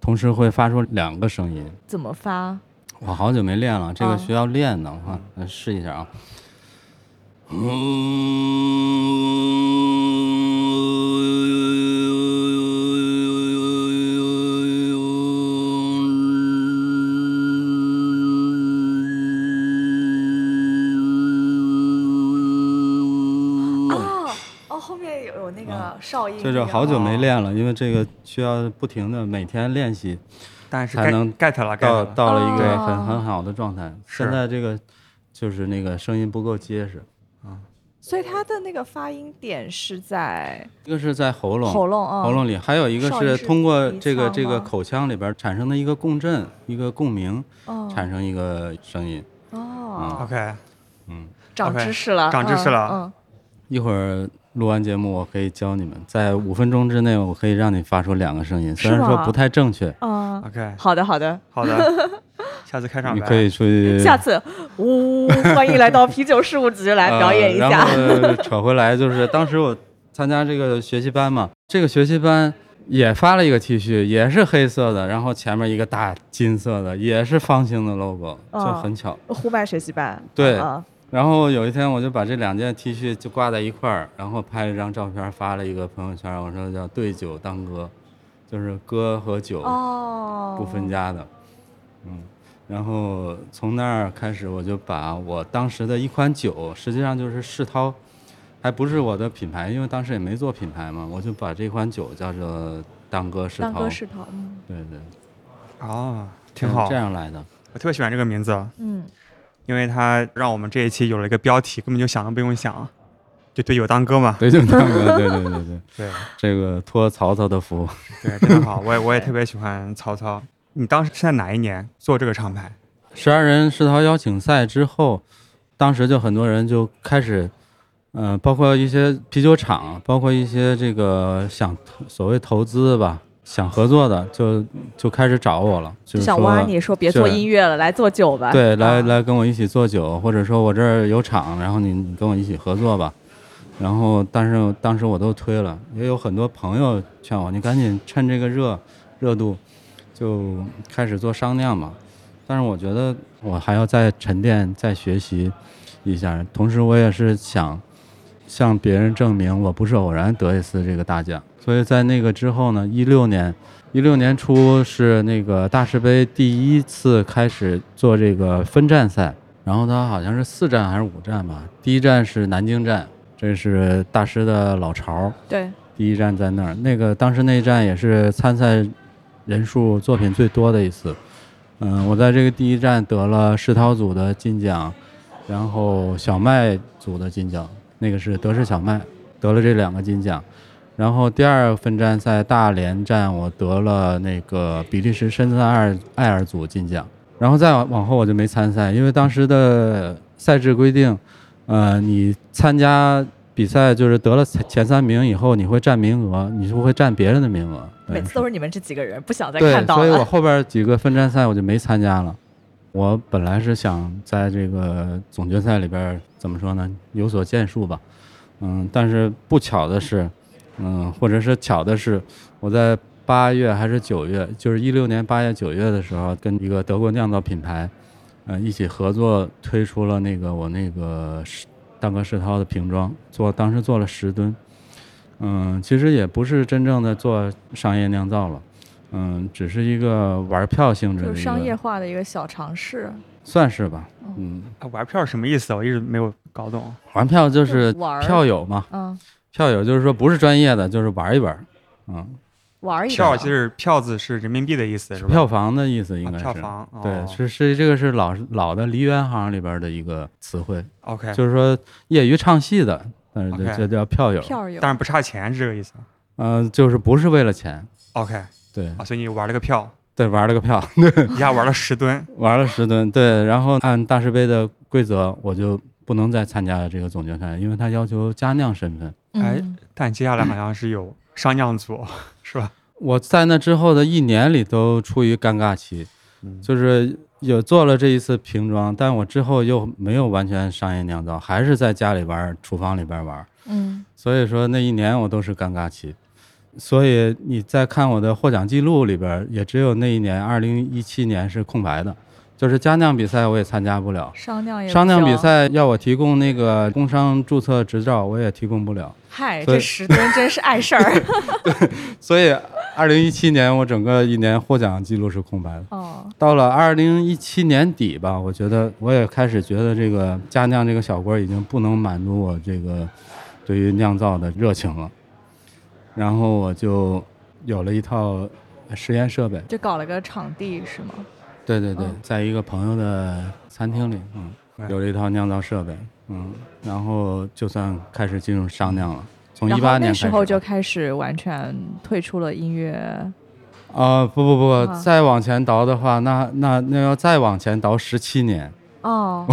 [SPEAKER 4] 同时会发出两个声音。
[SPEAKER 3] 怎么发？
[SPEAKER 4] 我好久没练了，这个
[SPEAKER 2] 哦
[SPEAKER 3] 啊
[SPEAKER 4] 需要练的哈，来试一下啊。
[SPEAKER 3] 哦哦，后面有那个哦哨音，
[SPEAKER 4] 啊这是好久没练了，因为这个需要不停的每天练习，
[SPEAKER 2] 但是
[SPEAKER 4] 才
[SPEAKER 2] get
[SPEAKER 4] 能
[SPEAKER 2] get 了，get
[SPEAKER 4] 到
[SPEAKER 2] 了。
[SPEAKER 4] 到了一个
[SPEAKER 3] 哦
[SPEAKER 4] 很很好的状态。
[SPEAKER 2] 是
[SPEAKER 4] 现在这个就是那个声音不够结实，
[SPEAKER 3] 所以它的那个发音点是在
[SPEAKER 4] 一个是在喉咙，
[SPEAKER 3] 喉咙啊，
[SPEAKER 4] 喉咙里，还有一个
[SPEAKER 3] 少一
[SPEAKER 4] 是
[SPEAKER 3] 是
[SPEAKER 4] 通过
[SPEAKER 3] 鼻
[SPEAKER 4] 这个
[SPEAKER 3] 腔
[SPEAKER 4] 这个
[SPEAKER 3] 吗
[SPEAKER 4] 口腔里边产生的一个共振，一个共鸣，
[SPEAKER 3] 哦
[SPEAKER 4] 产嗯生一个声音。
[SPEAKER 3] 哦，
[SPEAKER 2] OK，
[SPEAKER 3] 长
[SPEAKER 2] OK，
[SPEAKER 3] 知识了，
[SPEAKER 2] 长知识
[SPEAKER 3] 嗯
[SPEAKER 2] 了
[SPEAKER 3] 嗯，
[SPEAKER 4] 一会儿录完节目，我可以教你们，在五分钟之内，我可以让你发出两个声音，虽
[SPEAKER 3] 是
[SPEAKER 4] 然说
[SPEAKER 3] 吗
[SPEAKER 4] 不太正确，
[SPEAKER 3] 啊，
[SPEAKER 2] OK，
[SPEAKER 3] 好的好的，
[SPEAKER 2] 好的， 下次开场
[SPEAKER 4] 你
[SPEAKER 2] 白
[SPEAKER 4] 可以出去
[SPEAKER 3] 下次呜，欢迎来到啤酒事务局来表演一
[SPEAKER 4] 呃、
[SPEAKER 3] 下。
[SPEAKER 4] 然后扯回来，就是当时我参加这个学习班嘛，这个学习班也发了一个 T 恤，也是黑色的，然后前面一个大金色的，也是方形的 logo，就
[SPEAKER 3] 哦
[SPEAKER 4] 很巧。
[SPEAKER 3] 呼麦学习班，
[SPEAKER 4] 对
[SPEAKER 3] 啊，
[SPEAKER 4] 然后有一天我就把这两件 T 恤就挂在一块儿，然后拍了一张照片发了一个朋友圈，我说叫“对酒当歌”，就是歌和酒
[SPEAKER 3] 哦，
[SPEAKER 4] 不分家的，嗯。然后从那儿开始，我就把我当时的一款酒，实际上就是世涛，还不是我的品牌，因为当时也没做品牌嘛，我就把这款酒叫做“当歌世
[SPEAKER 3] 当
[SPEAKER 4] 涛
[SPEAKER 3] 歌”，是头，嗯
[SPEAKER 4] 对对，
[SPEAKER 2] 哦，挺好
[SPEAKER 4] 嗯这。样来的。
[SPEAKER 2] 我特别喜欢这个名字，
[SPEAKER 3] 嗯，
[SPEAKER 2] 因为它让我们这一期有了一个标题，根本就想都不用想，就对酒当歌嘛。
[SPEAKER 4] 对，就当歌，对对对对，
[SPEAKER 2] 对
[SPEAKER 4] 这个托曹操的福。
[SPEAKER 2] 对，真的好，我也我也特别喜欢曹操。你当时是在哪一年做这个厂牌？
[SPEAKER 4] 十二人世涛邀请赛之后，当时就很多人就开始，嗯、包括一些啤酒厂，包括一些这个想投所谓投资吧，想合作的，就就开始找我了，就
[SPEAKER 3] 就是想
[SPEAKER 4] 说
[SPEAKER 3] 挖你说别
[SPEAKER 4] 是
[SPEAKER 3] 做音乐了，来做酒吧。
[SPEAKER 4] 对，来
[SPEAKER 3] 啊，
[SPEAKER 4] 来跟我一起做酒，或者说我这儿有厂，然后你你跟我一起合作吧。然后，但是当时我都推了，也有很多朋友劝我，你赶紧趁这个热热度就开始做商酿吧。但是我觉得我还要再沉淀、再学习一下，同时我也是想向别人证明我不是偶然得一次这个大奖。所以在那个之后呢，一六年一六年初是那个大师杯第一次开始做这个分站赛，然后它好像是四站还是五站吧。第一站是南京站，这是大师的老巢，
[SPEAKER 3] 对，
[SPEAKER 4] 第一站在那儿。那个当时那一站也是参赛人数作品最多的一次。嗯，我在这个第一站得了世涛组的金奖，然后小麦组的金奖，那个是德式小麦，得了这两个金奖。然后第二分站赛大连站，我得了那个比利时深圳爱爱尔组金奖。然后再往往后我就没参赛，因为当时的赛制规定，呃，你参加比赛就是得了前三名以后，你会占名额，你就会占别人的名额。
[SPEAKER 3] 每次都是你们这几个人，不想再
[SPEAKER 4] 嗯对
[SPEAKER 3] 看，到
[SPEAKER 4] 所以我
[SPEAKER 3] 了。
[SPEAKER 4] 后边几个分站赛我就没参加了。我本来是想在这个总决赛里边怎么说呢，有所建树吧。嗯，但是不巧的是，嗯，或者是巧的是，我在八月还是九月，就是一六年八月九月的时候，跟一个德国酿造品牌，嗯、一起合作推出了那个我那个世蛋壳世涛的瓶装，做当时做了十吨。嗯，其实也不是真正的做商业酿造了，嗯，只是一个玩票性质的
[SPEAKER 3] 就
[SPEAKER 4] 一个，
[SPEAKER 3] 是商业化的一个小尝试，
[SPEAKER 4] 算是吧。
[SPEAKER 3] 哦
[SPEAKER 4] 嗯，
[SPEAKER 2] 啊玩票什么意思？我一直没有搞懂。
[SPEAKER 4] 玩票就
[SPEAKER 3] 就是玩儿
[SPEAKER 4] 票友嘛，
[SPEAKER 3] 嗯，
[SPEAKER 4] 票友就是说不是专业的，就是玩一玩。嗯，
[SPEAKER 3] 玩一
[SPEAKER 2] 票
[SPEAKER 3] 玩。
[SPEAKER 2] 就是票子是人民币的意思是吧？
[SPEAKER 4] 票房的意思应
[SPEAKER 2] 啊
[SPEAKER 4] 该是。
[SPEAKER 2] 票房哦
[SPEAKER 4] 对，是是这个是老老的梨园行里边的一个词汇，
[SPEAKER 2] OK，
[SPEAKER 4] 就是说业余唱戏的，但是
[SPEAKER 2] OK
[SPEAKER 4] 这叫票友，
[SPEAKER 3] 票友
[SPEAKER 2] 但是不差钱是这个意思。
[SPEAKER 4] 嗯、就是不是为了钱，
[SPEAKER 2] OK，
[SPEAKER 4] 对
[SPEAKER 2] 啊，所以你玩了个票，
[SPEAKER 4] 对，玩了个票，
[SPEAKER 2] 一下玩了十吨，
[SPEAKER 4] 玩了十吨，对，然后按大师杯的规则，我就不能再参加这个总决赛，因为他要求家酿身份。
[SPEAKER 2] 哎
[SPEAKER 3] 嗯
[SPEAKER 2] 但接下来好像是有商酿组， 是吧？
[SPEAKER 4] 我在那之后的一年里都处于尴尬期，
[SPEAKER 2] 嗯
[SPEAKER 4] 就是有做了这一次瓶装，但我之后又没有完全商业酿造，还是在家里玩儿，厨房里边玩儿。
[SPEAKER 3] 嗯，
[SPEAKER 4] 所以说那一年我都是尴尬期。所以你再看我的获奖记录里边儿，也只有那一年，二零一七年是空白的，就是家酿比赛我也参加不了，
[SPEAKER 3] 商酿也
[SPEAKER 4] 商酿比
[SPEAKER 3] 行，
[SPEAKER 4] 赛要我提供那个工商注册执照，我也提供不了。
[SPEAKER 3] 嗨，
[SPEAKER 4] 所以
[SPEAKER 3] 这十吨真是碍事儿
[SPEAKER 4] 所以二零一七年我整个一年获奖记录是空白的。
[SPEAKER 3] 哦。
[SPEAKER 4] 到了二零一七年底吧，我觉得我也开始觉得这个家酿这个小锅已经不能满足我这个对于酿造的热情了，然后我就有了一套实验设备。
[SPEAKER 3] 就搞了个场地是吗？
[SPEAKER 4] 对对对
[SPEAKER 3] 嗯，
[SPEAKER 4] 在一个朋友的餐厅里，嗯，
[SPEAKER 2] 对
[SPEAKER 4] 有了一套酿造设备，嗯，然后就算开始进入商酿了。从
[SPEAKER 3] 然
[SPEAKER 4] 一
[SPEAKER 3] 后
[SPEAKER 4] 八年
[SPEAKER 3] 那
[SPEAKER 4] 开始
[SPEAKER 3] 时
[SPEAKER 4] 吧，
[SPEAKER 3] 候就开始完全退出了音乐，
[SPEAKER 4] 啊、不不不，
[SPEAKER 3] 啊
[SPEAKER 4] 再往前倒的话，那那那要再往前倒十七年，
[SPEAKER 3] 哦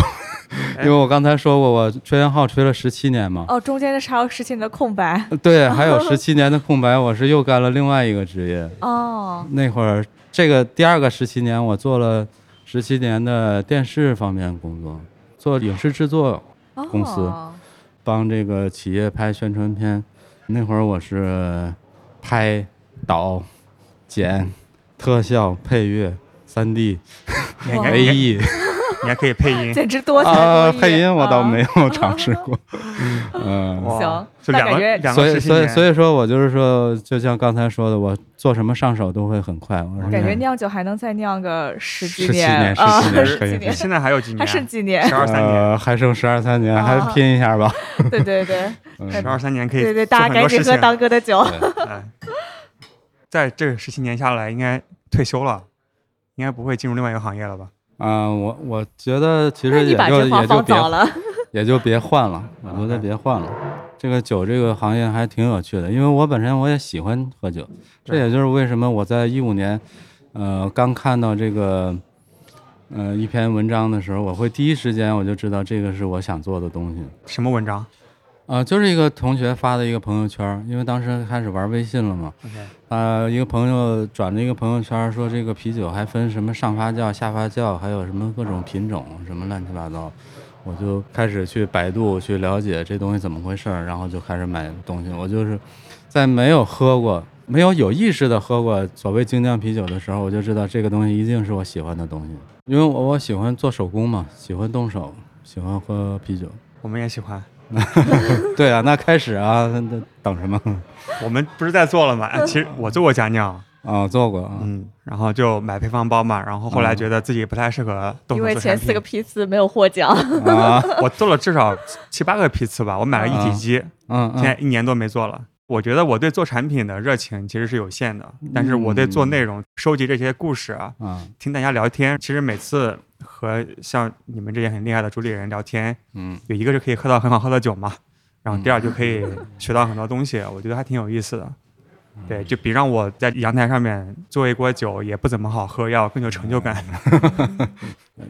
[SPEAKER 4] 因为我刚才说过，我吹烟号吹了十七年嘛，
[SPEAKER 3] 哦，中间是还有十七年的空白
[SPEAKER 4] 对，还有十七年的空白，我是又干了另外一个职业。
[SPEAKER 3] 哦，
[SPEAKER 4] 那会儿，这个第二个十七年，我做了十七年的电视方面工作，做影视制作，公司
[SPEAKER 3] 哦
[SPEAKER 4] 帮这个企业拍宣传片。那会儿我是拍、导、剪、特效、配乐、三 D、
[SPEAKER 2] 你还你
[SPEAKER 3] 哎
[SPEAKER 4] A
[SPEAKER 2] 还
[SPEAKER 4] E
[SPEAKER 2] 你还可以配 音，
[SPEAKER 3] 简直多才
[SPEAKER 4] 啊，
[SPEAKER 3] 多艺。
[SPEAKER 4] 配音我倒
[SPEAKER 3] 啊
[SPEAKER 4] 没有尝试过，嗯。
[SPEAKER 2] 哇
[SPEAKER 3] 行
[SPEAKER 2] 就
[SPEAKER 3] 那
[SPEAKER 2] 两
[SPEAKER 3] 感
[SPEAKER 2] 个
[SPEAKER 3] 觉
[SPEAKER 2] 两
[SPEAKER 4] 所
[SPEAKER 2] 个
[SPEAKER 4] 以，
[SPEAKER 2] 实习
[SPEAKER 4] 所以，
[SPEAKER 2] 年，
[SPEAKER 4] 所以说我就是说，就像刚才说的，我做什么上手都会很快。我是
[SPEAKER 3] 感觉酿酒还能再酿个十几
[SPEAKER 4] 17年
[SPEAKER 3] 啊，
[SPEAKER 4] 17年
[SPEAKER 3] 十
[SPEAKER 4] 可以
[SPEAKER 3] 几
[SPEAKER 2] 你
[SPEAKER 3] 年，
[SPEAKER 2] 现在还有几
[SPEAKER 3] 还
[SPEAKER 2] 年？
[SPEAKER 3] 剩
[SPEAKER 2] 十
[SPEAKER 3] 几年？
[SPEAKER 2] 二三年，
[SPEAKER 4] 呃，还剩十二三年，
[SPEAKER 3] 啊
[SPEAKER 4] 还拼一下吧。
[SPEAKER 3] 对对对
[SPEAKER 2] 十二三年可以
[SPEAKER 3] 对对，
[SPEAKER 2] 做
[SPEAKER 3] 大
[SPEAKER 2] 很
[SPEAKER 3] 家
[SPEAKER 2] 多
[SPEAKER 3] 赶
[SPEAKER 2] 事
[SPEAKER 3] 紧
[SPEAKER 2] 情
[SPEAKER 3] 喝。当哥的酒。
[SPEAKER 2] 哎在这十七年下来，应该退休了，应该不会进入另外一个行业了吧？
[SPEAKER 4] 啊、我我觉得 其
[SPEAKER 3] 那
[SPEAKER 4] 实
[SPEAKER 3] 你
[SPEAKER 4] 也
[SPEAKER 3] 把
[SPEAKER 4] 就
[SPEAKER 3] 这话
[SPEAKER 4] 也就
[SPEAKER 3] 放
[SPEAKER 4] 别
[SPEAKER 3] 早了，
[SPEAKER 4] 也就别换了，我觉得别换了。这个酒这个行业还挺有趣的，因为我本身我也喜欢喝酒，这
[SPEAKER 2] 对
[SPEAKER 4] 也就是为什么我在一五年，呃，刚看到这个，呃，一篇文章的时候，我会第一时间我就知道这个是我想做的东西。
[SPEAKER 2] 什么文章
[SPEAKER 4] 啊、就是一个同学发的一个朋友圈儿，因为当时开始玩微信了嘛，
[SPEAKER 2] ？OK，
[SPEAKER 4] 呃，一个朋友转了一个朋友圈儿说，这个啤酒还分什么上发酵、下发酵，还有什么各种品种，什么乱七八糟。我就开始去百度去了解这东西怎么回事儿，然后就开始买东西。我就是在没有喝过、没有有意识的喝过所谓精酿啤酒的时候，我就知道这个东西一定是我喜欢的东西，因为我我喜欢做手工嘛，喜欢动手，喜欢喝啤酒。
[SPEAKER 2] 我们也喜欢，
[SPEAKER 4] 对啊，那开始啊，那那等什么？
[SPEAKER 2] 我们不是在做了吗？哎 其实我做过家酿，
[SPEAKER 4] 啊，做过 啊，
[SPEAKER 2] 嗯，然后就买配方包嘛，然后后来觉得自己不太适合动
[SPEAKER 3] 因
[SPEAKER 2] 手
[SPEAKER 3] 为
[SPEAKER 2] 做
[SPEAKER 3] 前
[SPEAKER 2] 产
[SPEAKER 3] 四个
[SPEAKER 2] 品，
[SPEAKER 3] 批次没有获奖。
[SPEAKER 4] 啊，
[SPEAKER 2] 我做了至少七八个批次吧，我买了一体机，
[SPEAKER 4] 嗯
[SPEAKER 2] 现在
[SPEAKER 4] 嗯，
[SPEAKER 2] 一年多没做了。我觉得我对做产品的热情其实是有限的，但是我对做内容、收集这些故事啊，
[SPEAKER 4] 啊，
[SPEAKER 2] 听大家聊天，其实每次和像你们这些很厉害的主理人聊天，
[SPEAKER 4] 嗯。
[SPEAKER 2] 有一个是可以 喝到很好喝的酒嘛，然后第二就可以学到很多东西，我觉得还挺有意思的。
[SPEAKER 4] 嗯
[SPEAKER 2] 对，就比让我在阳台上面做一锅酒也不怎么好喝要更有成就
[SPEAKER 4] 嗯
[SPEAKER 2] 感。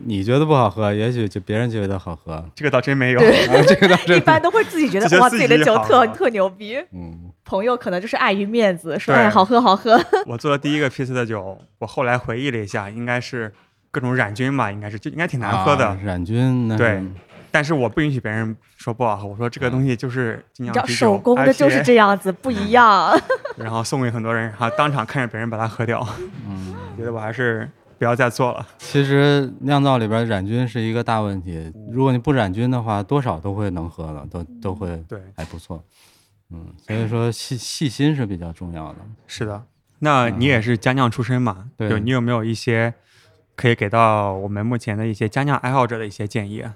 [SPEAKER 4] 你觉得不好喝，也许就别人觉得好喝，
[SPEAKER 2] 这个倒真没有，
[SPEAKER 4] 啊，这个倒
[SPEAKER 3] 一
[SPEAKER 4] 是，
[SPEAKER 3] 般都会自己觉
[SPEAKER 2] 就觉
[SPEAKER 3] 得
[SPEAKER 2] 得
[SPEAKER 3] 哇，
[SPEAKER 2] 自
[SPEAKER 3] 自
[SPEAKER 2] 己
[SPEAKER 3] 己的酒
[SPEAKER 2] 好
[SPEAKER 3] 特
[SPEAKER 2] 喝
[SPEAKER 3] 特牛逼。
[SPEAKER 4] 嗯，
[SPEAKER 3] 朋友可能就是碍于面子，说
[SPEAKER 2] 对
[SPEAKER 3] 哎好喝好喝。
[SPEAKER 2] 我做的第一个批次的酒，我后来回忆了一下，应该是各种染菌吧，应该是就应该挺难喝的。
[SPEAKER 4] 啊染菌那是
[SPEAKER 2] 对但是我不允许别人说不好喝，我说
[SPEAKER 4] 啊
[SPEAKER 2] 这个东西就是精
[SPEAKER 3] 你
[SPEAKER 2] 酿
[SPEAKER 3] 知道
[SPEAKER 2] 啤酒，
[SPEAKER 3] 手工的就是
[SPEAKER 2] IPA
[SPEAKER 3] 这样子，不一样。
[SPEAKER 2] 然后送给很多人，然后当场看着别人把它喝掉，
[SPEAKER 4] 嗯，
[SPEAKER 2] 觉得我还是不要再做了。
[SPEAKER 4] 其实酿造里边染菌是一个大问题，如果你不染菌的话，多少都会能喝了，都都会
[SPEAKER 2] 对，
[SPEAKER 4] 还不错。嗯，所以说细细心是比较重要的。
[SPEAKER 2] 是的。那你也是家酿出身嘛？
[SPEAKER 4] 对
[SPEAKER 2] 就你有没有一些可以给到我们目前的一些家酿爱好者的一些建议啊？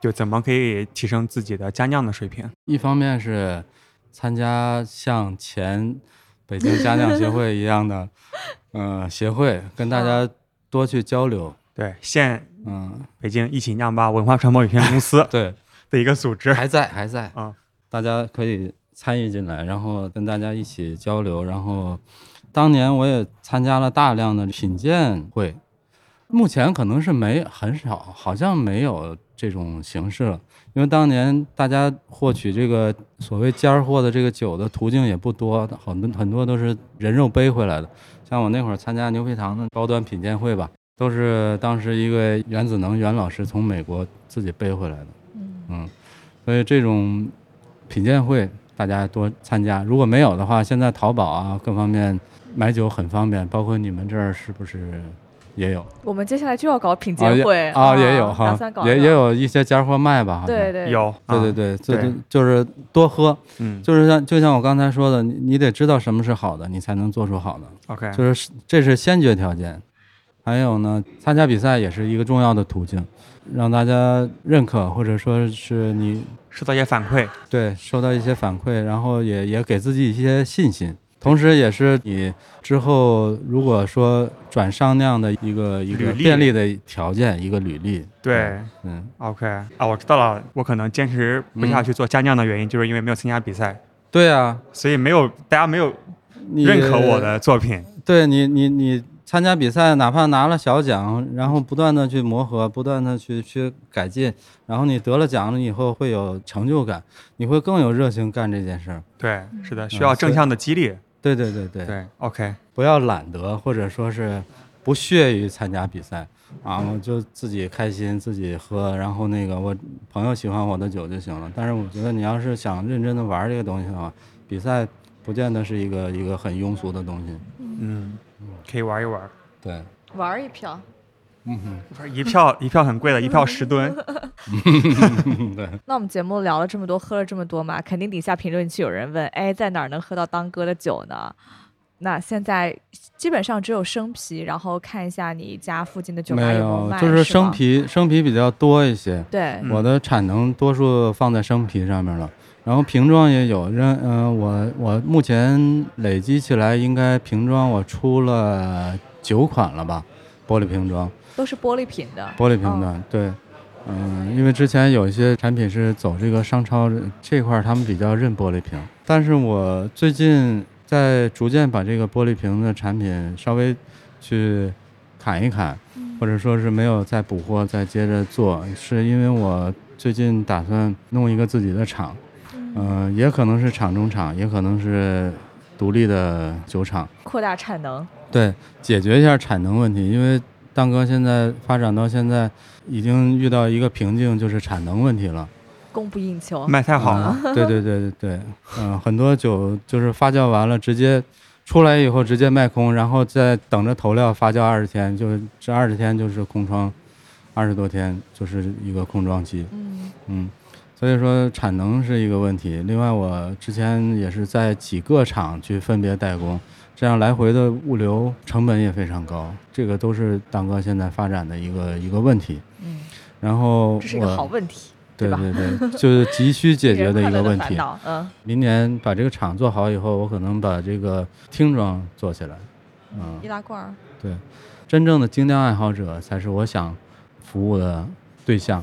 [SPEAKER 2] 就怎么可以提升自己的家酿的水平？
[SPEAKER 4] 一方面是参加像前北京家酿协会一样的 呃协会，跟大家多去交流。
[SPEAKER 2] 对，现
[SPEAKER 4] 嗯，
[SPEAKER 2] 北京一起酿吧文化传播有限公 司
[SPEAKER 4] 对，
[SPEAKER 2] 的一个组织。
[SPEAKER 4] 还在还在
[SPEAKER 2] 啊，
[SPEAKER 4] 大家可以参与进来，然后跟大家一起交流。然后当年我也参加了大量的品鉴会，目前可能是没很少，好像没有这种形式了。因为当年大家获取这个所谓尖儿货的这个酒的途径也不多，很多很多都是人肉背回来的。像我那会儿参加牛皮糖的高端品鉴会吧，都是当时一个袁子能袁老师从美国自己背回来的。嗯，所以这种品鉴会大家多参加。如果没有的话，现在淘宝啊各方面买酒很方便，包括你们这儿是不是也有？
[SPEAKER 3] 我们接下来就要搞品
[SPEAKER 4] 啊
[SPEAKER 3] 鉴
[SPEAKER 4] 也
[SPEAKER 3] 会
[SPEAKER 4] 啊也有
[SPEAKER 3] 打
[SPEAKER 4] 哈
[SPEAKER 3] 算，搞
[SPEAKER 4] 也
[SPEAKER 3] 呢
[SPEAKER 4] 也。有一些家货卖吧，好像。
[SPEAKER 3] 对对
[SPEAKER 2] 有，啊
[SPEAKER 4] 对对，对，就
[SPEAKER 2] 对
[SPEAKER 4] 就就是多喝，
[SPEAKER 2] 嗯
[SPEAKER 4] 就是像就像我刚才说的，你你得知道什么是好的，你才能做出好的。
[SPEAKER 2] ，OK，
[SPEAKER 4] 就是这是先决条件。还有呢，参加比赛也是一个重要的途径，让大家认可，或者说是你
[SPEAKER 2] 收到一些反馈，
[SPEAKER 4] 对收到一些反馈，然后也也给自己一些信心，同时也是你之后如果说转商酿的一个一
[SPEAKER 2] 履
[SPEAKER 4] 个
[SPEAKER 2] 历
[SPEAKER 4] 便利的条件，一个履历。
[SPEAKER 2] 对
[SPEAKER 4] 嗯，
[SPEAKER 2] ，OK 啊，我知道了。我可能坚持不下去做家酿的原因，就是因为没有参加比赛，
[SPEAKER 4] 对啊，
[SPEAKER 2] 所以没有大家没有
[SPEAKER 4] 你
[SPEAKER 2] 认可我的作品。
[SPEAKER 4] 对你，你你参加比赛，哪怕拿了小奖，然后不断的去磨合，不断的去去改进，然后你得了奖了以后会有成就感，你会更有热情干这件事儿。
[SPEAKER 2] 对，是的，需
[SPEAKER 4] 嗯
[SPEAKER 2] 要
[SPEAKER 4] 所
[SPEAKER 2] 正
[SPEAKER 4] 以
[SPEAKER 2] 向的激励。
[SPEAKER 4] 对对对对，
[SPEAKER 2] 对，OK，
[SPEAKER 4] 不要懒得，或者说是不屑于参加比赛啊，
[SPEAKER 3] 嗯
[SPEAKER 4] 我就自己开心自己喝，然后那个我朋友喜欢我的酒就行了。但是我觉得你要是想认真的玩这个东西的话，比赛不见得是一个一个很庸俗的东西。
[SPEAKER 2] 嗯，可以玩一玩。
[SPEAKER 4] 对，
[SPEAKER 3] 玩一票，
[SPEAKER 4] 嗯哼。
[SPEAKER 2] 不是一票一票很贵的，一票十吨。
[SPEAKER 3] 那我们节目聊了这么多，喝了这么多嘛，肯定底下评论区有人问，哎，在哪儿能喝到当哥的酒呢？那现在基本上只有生啤，然后看一下你家附近的酒吧
[SPEAKER 4] 没
[SPEAKER 3] 有没有卖，
[SPEAKER 4] 就是
[SPEAKER 3] 是
[SPEAKER 4] 生
[SPEAKER 3] 吗。
[SPEAKER 4] 啤，生啤比较多一些。
[SPEAKER 3] 对，
[SPEAKER 2] 嗯
[SPEAKER 4] 我的产能多数放在生啤上面了，然后瓶装也有。认，嗯、我我目前累积起来，应该瓶装我出了九款了吧，玻璃瓶装，
[SPEAKER 3] 都是玻璃瓶的。
[SPEAKER 4] 玻璃瓶的，对。嗯，因为之前有一些产品是走这个商超这块，儿，他们比较认玻璃瓶。但是我最近在逐渐把这个玻璃瓶的产品稍微去砍一砍，或者说是没有再补货，再接着做，是因为我最近打算弄一个自己的厂，嗯、也可能是厂中厂，也可能是独立的酒厂，
[SPEAKER 3] 扩大产能，
[SPEAKER 4] 对，解决一下产能问题，因为蛋哥现在发展到现在，已经遇到一个瓶颈，就是产能问题了。
[SPEAKER 3] 供不应求。
[SPEAKER 2] 卖太好了，
[SPEAKER 4] 啊，对对对对对，嗯、很多酒就是发酵完了，直接出来以后直接卖空，然后再等着投料发酵二十天，就是这二十天就是空窗，二十多天就是一个空窗期。
[SPEAKER 3] 嗯，
[SPEAKER 4] 嗯，所以说产能是一个问题。另外，我之前也是在几个厂去分别代工，这样来回的物流成本也非常高，这个都是蛋哥现在发展的一个一个问题。
[SPEAKER 3] 嗯，
[SPEAKER 4] 然后
[SPEAKER 3] 这是一
[SPEAKER 4] 我
[SPEAKER 3] 个好问题，
[SPEAKER 4] 对
[SPEAKER 3] 吧
[SPEAKER 4] 对对，就是急需解决
[SPEAKER 3] 人快
[SPEAKER 4] 一个
[SPEAKER 3] 乐的
[SPEAKER 4] 问
[SPEAKER 3] 烦
[SPEAKER 4] 题。
[SPEAKER 3] 恼。嗯，
[SPEAKER 4] 明年把这个厂做好以后，我可能把这个听装做起来。嗯
[SPEAKER 3] 易，拉罐儿。
[SPEAKER 4] 对，真正的精酿爱好者才是我想服务的对象。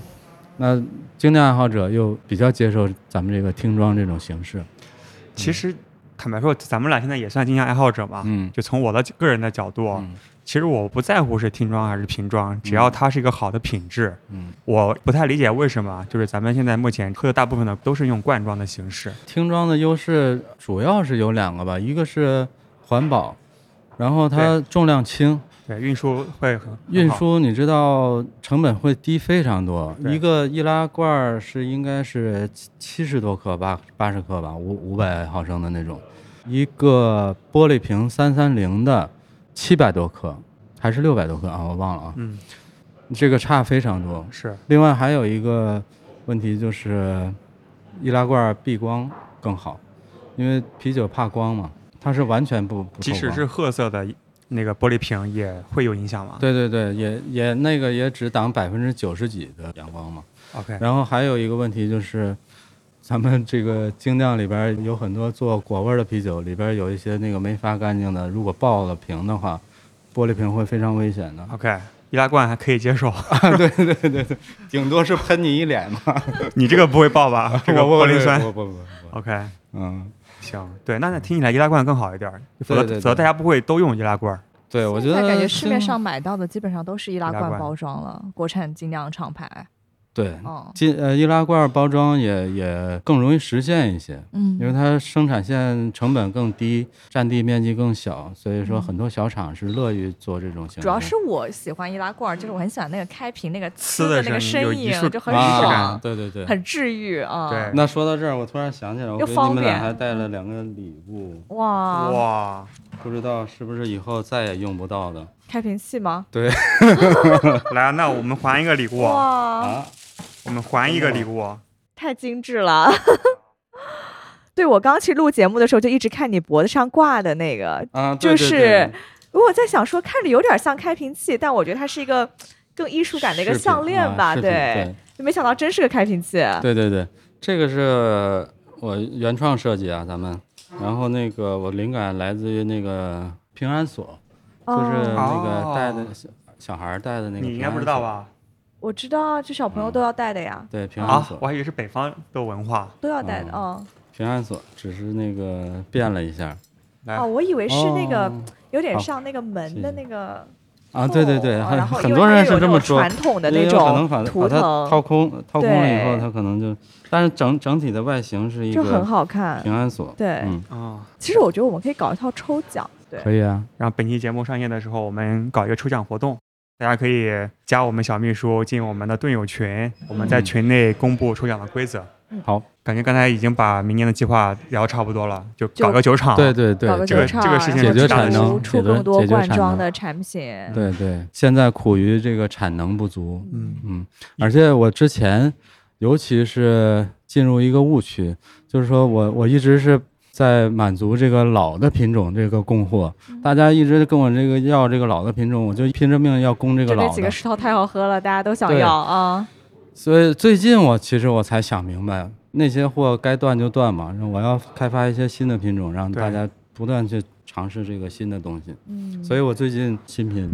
[SPEAKER 4] 那精酿爱好者又比较接受咱们这个听装这种形式，
[SPEAKER 2] 其实坦白说，咱们俩现在也算静香爱好者嘛。
[SPEAKER 4] 嗯
[SPEAKER 2] 就从我的个人的角度，
[SPEAKER 4] 嗯
[SPEAKER 2] 其实我不在乎是听装还是瓶装，只要它是一个好的品质。
[SPEAKER 4] 嗯，
[SPEAKER 2] 我不太理解为什么，就是咱们现在目前喝的大部分的都是用罐装的形式。
[SPEAKER 4] 听装的优势主要是有两个吧，一个是环保，然后它重量轻，
[SPEAKER 2] 对，运输会很
[SPEAKER 4] 运。
[SPEAKER 2] 很好
[SPEAKER 4] 输你知道成本会低非常多，
[SPEAKER 2] 对
[SPEAKER 4] 一个易拉罐儿是应该是七十多克八八十克吧，五五百毫升的那种，一个玻璃瓶三三零的七百多克还是六百多克啊，我忘了啊，
[SPEAKER 2] 嗯，
[SPEAKER 4] 这个差非常多。
[SPEAKER 2] 是
[SPEAKER 4] 另外还有一个问题就是，易拉罐儿避光更好，因为啤酒怕光嘛，它是完全不不透
[SPEAKER 2] 即使
[SPEAKER 4] 光
[SPEAKER 2] 是褐色的那个玻璃瓶也会有影响吗？
[SPEAKER 4] 对对对，也也那个也只挡百分之九十几的阳光嘛。
[SPEAKER 2] ，OK，
[SPEAKER 4] 然后还有一个问题就是，咱们这个精酿里边儿有很多做果味儿的啤酒，里边儿有一些那个没发干净的，如果爆了瓶的话，玻璃瓶会非常危险的。
[SPEAKER 2] OK，易拉罐还可以接受，
[SPEAKER 4] 顶多是喷你一脸 嘛。
[SPEAKER 2] 你这个不会爆吧？这个
[SPEAKER 4] 我
[SPEAKER 2] 玻璃酸。
[SPEAKER 4] 不不不不，
[SPEAKER 2] OK，
[SPEAKER 4] 嗯，
[SPEAKER 2] 行，对，那那听起来易拉罐更好一点儿，否
[SPEAKER 4] 对
[SPEAKER 2] 则
[SPEAKER 4] 对
[SPEAKER 2] 否则大
[SPEAKER 4] 对
[SPEAKER 2] 家不会都用易拉罐儿。
[SPEAKER 4] 对，我觉
[SPEAKER 3] 现在
[SPEAKER 4] 得
[SPEAKER 3] 感觉市面
[SPEAKER 4] 精
[SPEAKER 3] 上买到的基本上都是易拉
[SPEAKER 2] 易拉
[SPEAKER 3] 罐
[SPEAKER 2] 罐
[SPEAKER 3] 包装了，国产精酿厂牌。
[SPEAKER 4] 对
[SPEAKER 3] 哦，
[SPEAKER 4] 进呃易拉罐包装也也更容易实现一些，
[SPEAKER 3] 嗯，
[SPEAKER 4] 因为它生产线成本更低，占地面积更小，所以说
[SPEAKER 3] 嗯
[SPEAKER 4] 很多小厂是乐于做这种形式。
[SPEAKER 3] 主要是我喜欢易拉罐，就是我很喜欢那个开瓶那个呲
[SPEAKER 2] 呲的
[SPEAKER 3] 那个
[SPEAKER 2] 声音有
[SPEAKER 3] 声
[SPEAKER 2] 仪
[SPEAKER 3] 音
[SPEAKER 2] 式，
[SPEAKER 3] 就很
[SPEAKER 2] 仪式感
[SPEAKER 3] 爽
[SPEAKER 4] 啊，，对对对。
[SPEAKER 3] 很治愈啊。
[SPEAKER 2] 对
[SPEAKER 4] 那说到这儿，我突然想起来，我
[SPEAKER 3] 又
[SPEAKER 4] 给
[SPEAKER 3] 方
[SPEAKER 4] 你们俩
[SPEAKER 3] 便嗯
[SPEAKER 4] 还带了两个礼物，
[SPEAKER 3] 哇，
[SPEAKER 2] 哇，
[SPEAKER 4] 不知道是不是以后再也用不到的
[SPEAKER 3] 开瓶器吗？
[SPEAKER 2] 来啊，那我们还一个礼物，
[SPEAKER 3] 哇，
[SPEAKER 4] 啊？
[SPEAKER 2] 我们还一个礼物。啊
[SPEAKER 3] 太精致了。 对，我刚去录节目的时候就一直看你脖子上挂的那个，
[SPEAKER 4] 啊，
[SPEAKER 3] 就
[SPEAKER 4] 对对
[SPEAKER 3] 是
[SPEAKER 4] 对
[SPEAKER 3] 我在想说，看着有点像开瓶器，但我觉得它是一个更艺术感的一个
[SPEAKER 4] 饰品
[SPEAKER 3] 项链
[SPEAKER 4] 啊
[SPEAKER 3] 吧？啊
[SPEAKER 4] 饰品对，
[SPEAKER 3] 没想到真是个开瓶器。
[SPEAKER 4] 对对对，这个是我原创设计啊，咱们。然后那个我灵感来自于那个平安锁，就是
[SPEAKER 3] 哦，
[SPEAKER 4] 那个带的
[SPEAKER 2] 哦
[SPEAKER 4] 小小孩儿带的那个。
[SPEAKER 2] 你应该不知道？吧？
[SPEAKER 3] 我知道啊，这小朋友都要戴的呀，
[SPEAKER 4] 对，平安
[SPEAKER 2] 啊
[SPEAKER 4] 锁，，
[SPEAKER 2] 我还以为是北方的文化。
[SPEAKER 3] 都要戴的。
[SPEAKER 4] 哦
[SPEAKER 3] 嗯，
[SPEAKER 4] 平安锁，只是那个变了一下
[SPEAKER 2] 来
[SPEAKER 3] 哦，，我以为是那个
[SPEAKER 4] 哦
[SPEAKER 3] 有点
[SPEAKER 4] 好
[SPEAKER 3] 像那个门的
[SPEAKER 4] 谢谢
[SPEAKER 3] 那个
[SPEAKER 4] 啊，对对对，
[SPEAKER 3] 哦
[SPEAKER 4] 很
[SPEAKER 3] 然后
[SPEAKER 4] 很
[SPEAKER 3] 因为
[SPEAKER 4] 多
[SPEAKER 3] 它
[SPEAKER 4] 人
[SPEAKER 3] 有
[SPEAKER 4] 是这
[SPEAKER 3] 那
[SPEAKER 4] 么
[SPEAKER 3] 种
[SPEAKER 4] 说，
[SPEAKER 3] 传统的
[SPEAKER 4] 因
[SPEAKER 3] 那
[SPEAKER 4] 为有可能把
[SPEAKER 3] 种
[SPEAKER 4] 它
[SPEAKER 3] 图
[SPEAKER 4] 把它
[SPEAKER 3] 腾
[SPEAKER 4] 掏空掏空了以后，
[SPEAKER 3] 对
[SPEAKER 4] 它可能就，但是整整体的外形是一
[SPEAKER 3] 就很
[SPEAKER 4] 个
[SPEAKER 3] 好看
[SPEAKER 4] 平。安锁。
[SPEAKER 3] 对
[SPEAKER 4] 嗯，
[SPEAKER 2] 啊，
[SPEAKER 3] 其实我觉得我们可以搞一套抽奖，对，
[SPEAKER 4] 可以啊，
[SPEAKER 2] 然后本期节目上线的时候，我们搞一个抽奖活动，大家可以加我们小秘书进我们的盾友群，我们在
[SPEAKER 4] 嗯
[SPEAKER 2] 群内公布抽奖的规则。
[SPEAKER 3] 嗯
[SPEAKER 4] 好，
[SPEAKER 2] 感觉刚才已经把明年的计划聊差不多了，就
[SPEAKER 3] 就
[SPEAKER 2] 搞个酒厂。
[SPEAKER 4] 对对对
[SPEAKER 3] 搞，个
[SPEAKER 2] 这个
[SPEAKER 3] 酒厂，啊
[SPEAKER 2] 这个事情
[SPEAKER 3] 然后
[SPEAKER 2] 解决
[SPEAKER 3] 出
[SPEAKER 2] 产能
[SPEAKER 3] 出
[SPEAKER 4] 解决
[SPEAKER 3] 更多
[SPEAKER 4] 解决
[SPEAKER 3] 罐
[SPEAKER 4] 产
[SPEAKER 3] 装
[SPEAKER 4] 能
[SPEAKER 3] 的产品。
[SPEAKER 4] 对对，现在苦于这个产能不足，
[SPEAKER 2] 嗯，
[SPEAKER 4] 嗯，而且我之前，尤其是进入一个误区，就是说我我一直是在满足这个老的品种这个供货，
[SPEAKER 3] 嗯
[SPEAKER 4] 大家一直跟我这个要这个老的品种，我就拼着命要供这个
[SPEAKER 3] 就
[SPEAKER 4] 老
[SPEAKER 3] 这
[SPEAKER 4] 的。
[SPEAKER 3] 几个石头太好喝了，大家都想
[SPEAKER 4] 对
[SPEAKER 3] 要啊。
[SPEAKER 4] 所以最近我其实我才想明白，那些货该断就断嘛，我要开发一些新的品种，让
[SPEAKER 2] 对
[SPEAKER 4] 大家不断去尝试这个新的东西。
[SPEAKER 3] 嗯，
[SPEAKER 4] 所以我最近新品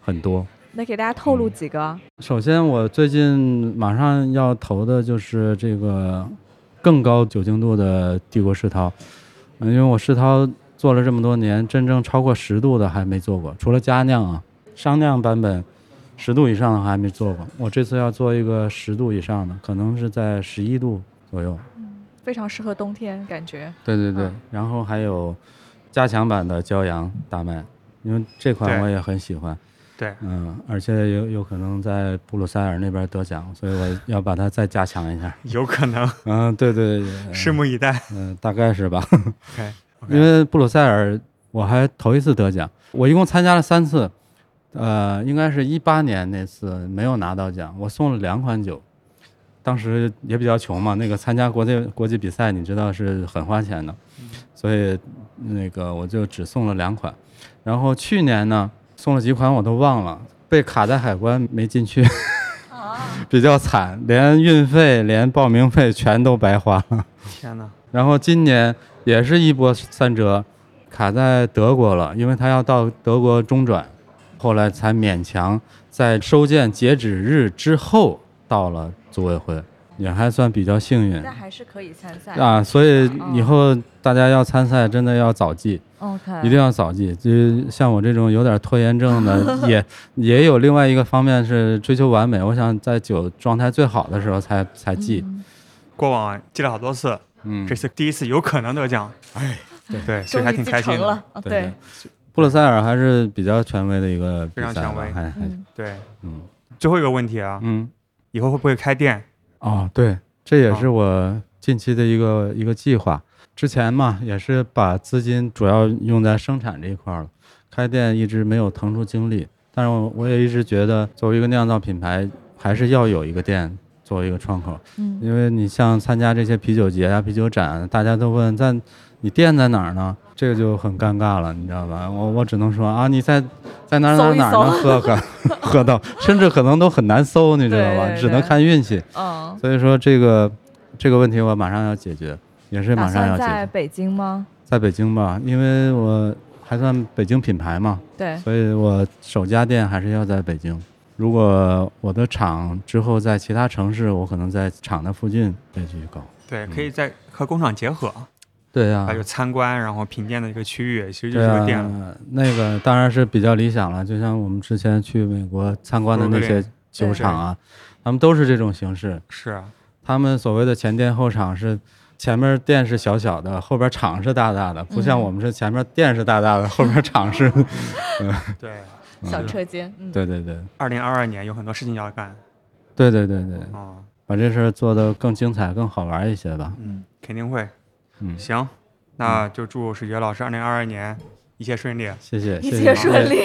[SPEAKER 4] 很多。
[SPEAKER 3] 那给大家透
[SPEAKER 4] 嗯
[SPEAKER 3] 露几个，
[SPEAKER 4] 首先，我最近马上要投的就是这个更高酒精度的帝国世涛，嗯，因为我世涛做了这么多年，真正超过十度的还没做过，除了佳酿啊，商酿版本十度以上的还没做过。我这次要做一个十度以上的，可能是在十一度左右。
[SPEAKER 3] 非常适合冬天，感觉。
[SPEAKER 4] 对对对
[SPEAKER 3] 嗯，
[SPEAKER 4] 然后还有加强版的骄阳大麦，因为这款
[SPEAKER 2] 对
[SPEAKER 4] 我也很喜欢。
[SPEAKER 2] 对
[SPEAKER 4] 嗯，而且有有可能在布鲁塞尔那边得奖，所以我要把它再加强一下。
[SPEAKER 2] 有可能，
[SPEAKER 4] 嗯，对对对，嗯
[SPEAKER 2] 拭目以待。
[SPEAKER 4] 嗯、大概是吧。
[SPEAKER 2] OK，
[SPEAKER 4] 因为布鲁塞尔我还头一次得奖，我一共参加了三次，呃，应该是一八年那次没有拿到奖，我送了两款酒，当时也比较穷嘛，那个参加国际国际比赛，你知道是很花钱的，所以那个我就只送了两款，然后去年呢送了几款我都忘了，被卡在海关没进去， 比较惨，连运费连报名费全都白花了。
[SPEAKER 2] 天哪，
[SPEAKER 4] 然后今年也是一波三折，卡在德国了，因为他要到德国中转，后来才勉强在收件截止日之后到了组委会。也还算比较幸运
[SPEAKER 3] 但还是可以参赛。
[SPEAKER 4] 嗯啊。所以以后大家要参赛，真的要早记，
[SPEAKER 3] OK，
[SPEAKER 4] 一定要早记。就是像我这种有点拖延症的，也也有另外一个方面是追求完美。我想在酒状态最好的时候才才记。
[SPEAKER 3] 嗯
[SPEAKER 2] 过往记了好多次，
[SPEAKER 4] 嗯
[SPEAKER 2] 这次第一次有可能得奖，哎，对，所以还
[SPEAKER 3] 终
[SPEAKER 2] 挺
[SPEAKER 3] 于继
[SPEAKER 2] 开心
[SPEAKER 3] 承
[SPEAKER 2] 的。
[SPEAKER 3] 了。啊
[SPEAKER 4] 对的，布鲁塞尔还是比较权威的一个比
[SPEAKER 2] 非常
[SPEAKER 4] 赛
[SPEAKER 2] 权
[SPEAKER 4] 吧
[SPEAKER 2] 威
[SPEAKER 4] 还还
[SPEAKER 3] 嗯，
[SPEAKER 2] 对，
[SPEAKER 4] 嗯
[SPEAKER 2] 最后一个问题啊，
[SPEAKER 4] 嗯。
[SPEAKER 2] 以后会不会开店？
[SPEAKER 4] 哦，对，这也
[SPEAKER 2] 啊
[SPEAKER 4] 是我近期的一个一个计划。之前嘛，也是把资金主要用在生产这一块儿了，开店一直没有腾出精力。但是我我也一直觉得，作为一个酿造品牌，还是要有一个店作为一个窗口，
[SPEAKER 3] 嗯，
[SPEAKER 4] 因为你像参加这些啤酒节啊、啤酒展，大家都问在你店在哪儿呢？这个就很尴尬了，你知道吧？我我只能说啊，你在在哪儿哪儿哪儿能喝 个喝到，甚至可能都很难搜，你知道吧？
[SPEAKER 3] 对对
[SPEAKER 4] 只能
[SPEAKER 3] 对
[SPEAKER 4] 看运气。
[SPEAKER 3] 嗯，
[SPEAKER 4] 所以说这个这个问题我马上要解决，也是
[SPEAKER 3] 打
[SPEAKER 4] 马上要
[SPEAKER 3] 算
[SPEAKER 4] 解
[SPEAKER 3] 在
[SPEAKER 4] 决，
[SPEAKER 3] 北京吗？
[SPEAKER 4] 在北京吧，因为我还算北京品牌嘛，
[SPEAKER 3] 对，
[SPEAKER 4] 所以我首家店还是要在北京。如果我的厂之后在其他城市，我可能在厂的附近再去搞。
[SPEAKER 2] 对，
[SPEAKER 4] 嗯
[SPEAKER 2] 可以在和工厂结合，
[SPEAKER 4] 啊对呀、
[SPEAKER 2] 还有参观，然后品鉴的一个区域，其实就
[SPEAKER 4] 对啊
[SPEAKER 2] 是
[SPEAKER 4] 呀、
[SPEAKER 2] 个店了。
[SPEAKER 4] 那个当然是比较理想了。就像我们之前去美国参观的
[SPEAKER 2] 对
[SPEAKER 4] 那
[SPEAKER 2] 对
[SPEAKER 4] 些
[SPEAKER 2] 对
[SPEAKER 4] 酒厂啊，他们都是这种形式。
[SPEAKER 2] 是，啊
[SPEAKER 4] 他们所谓的前店后厂是前面店是小小的，后边厂是大大的，
[SPEAKER 2] 嗯
[SPEAKER 4] 不像我们是前面店是大大 的，后边厂是。
[SPEAKER 2] 对。
[SPEAKER 3] 小车间。嗯，
[SPEAKER 4] 对对对
[SPEAKER 2] 二零二二年有很多事情要干啊、
[SPEAKER 4] 对对对对，
[SPEAKER 2] 嗯
[SPEAKER 4] 把这事儿做得更精彩、更好玩一些吧。
[SPEAKER 2] 肯定会。
[SPEAKER 4] 嗯
[SPEAKER 2] 行，那就祝史觉老师二零二二年一切顺利。
[SPEAKER 4] 谢谢，
[SPEAKER 3] 一
[SPEAKER 4] 谢
[SPEAKER 3] 切
[SPEAKER 4] 谢，
[SPEAKER 3] 顺利。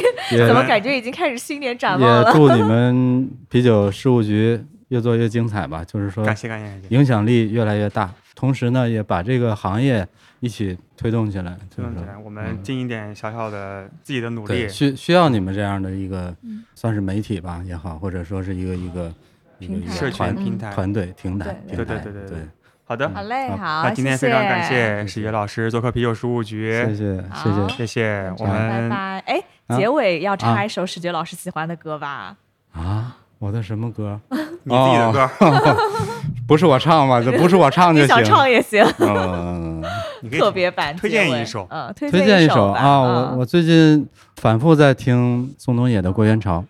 [SPEAKER 4] 也
[SPEAKER 3] 怎么
[SPEAKER 4] 也
[SPEAKER 3] 感觉已经开始新年展望
[SPEAKER 4] 也
[SPEAKER 3] 了？
[SPEAKER 4] 祝你们啤酒事务局越做越精彩吧。就是说，
[SPEAKER 2] 感谢感谢感谢，
[SPEAKER 4] 影响力越来越大，同时呢，也把这个行业一起推动起来。
[SPEAKER 2] 推
[SPEAKER 4] 就是
[SPEAKER 2] 动
[SPEAKER 4] 说
[SPEAKER 2] 起来，我们尽一点小小的自己的努力
[SPEAKER 4] 嗯对，。需需要你们这样的一个，
[SPEAKER 3] 嗯
[SPEAKER 4] 算是媒体吧也好，或者说是一个一个一个
[SPEAKER 3] 平
[SPEAKER 4] 一
[SPEAKER 3] 台
[SPEAKER 4] 个
[SPEAKER 2] 社群
[SPEAKER 4] 团
[SPEAKER 2] 平台。
[SPEAKER 4] 团队平台，
[SPEAKER 3] 对
[SPEAKER 2] 对
[SPEAKER 4] 平台
[SPEAKER 2] 对对对
[SPEAKER 4] 对，
[SPEAKER 2] 好的，
[SPEAKER 3] 好嘞，
[SPEAKER 4] 嗯
[SPEAKER 3] 好，
[SPEAKER 2] 那今天非常感
[SPEAKER 3] 谢。
[SPEAKER 2] 谢史觉老师做客啤酒事务
[SPEAKER 4] 谢
[SPEAKER 2] 局，
[SPEAKER 4] 谢谢
[SPEAKER 3] 好
[SPEAKER 4] 谢。
[SPEAKER 2] 谢谢我
[SPEAKER 3] 拜
[SPEAKER 2] 们。
[SPEAKER 3] 拜。哎，
[SPEAKER 4] 啊
[SPEAKER 3] 结尾要插
[SPEAKER 4] 啊
[SPEAKER 3] 一首史觉老师喜欢的歌吧？
[SPEAKER 4] 啊，我的什么歌？
[SPEAKER 2] 你自己的
[SPEAKER 4] 哦
[SPEAKER 2] 歌，
[SPEAKER 4] 不是我唱吧？这不是我 唱
[SPEAKER 3] 你
[SPEAKER 4] 就
[SPEAKER 3] 想
[SPEAKER 4] 行。
[SPEAKER 3] 唱也行，
[SPEAKER 4] 嗯，
[SPEAKER 2] 你可以
[SPEAKER 3] 特别版
[SPEAKER 2] 推
[SPEAKER 3] 结
[SPEAKER 2] 荐一
[SPEAKER 3] 尾
[SPEAKER 2] 首
[SPEAKER 3] 嗯，推
[SPEAKER 4] 推荐
[SPEAKER 3] 一
[SPEAKER 4] 一首
[SPEAKER 3] 吧
[SPEAKER 4] 啊，
[SPEAKER 3] 嗯
[SPEAKER 4] 我我最近反复在听宋冬野的《过元潮》，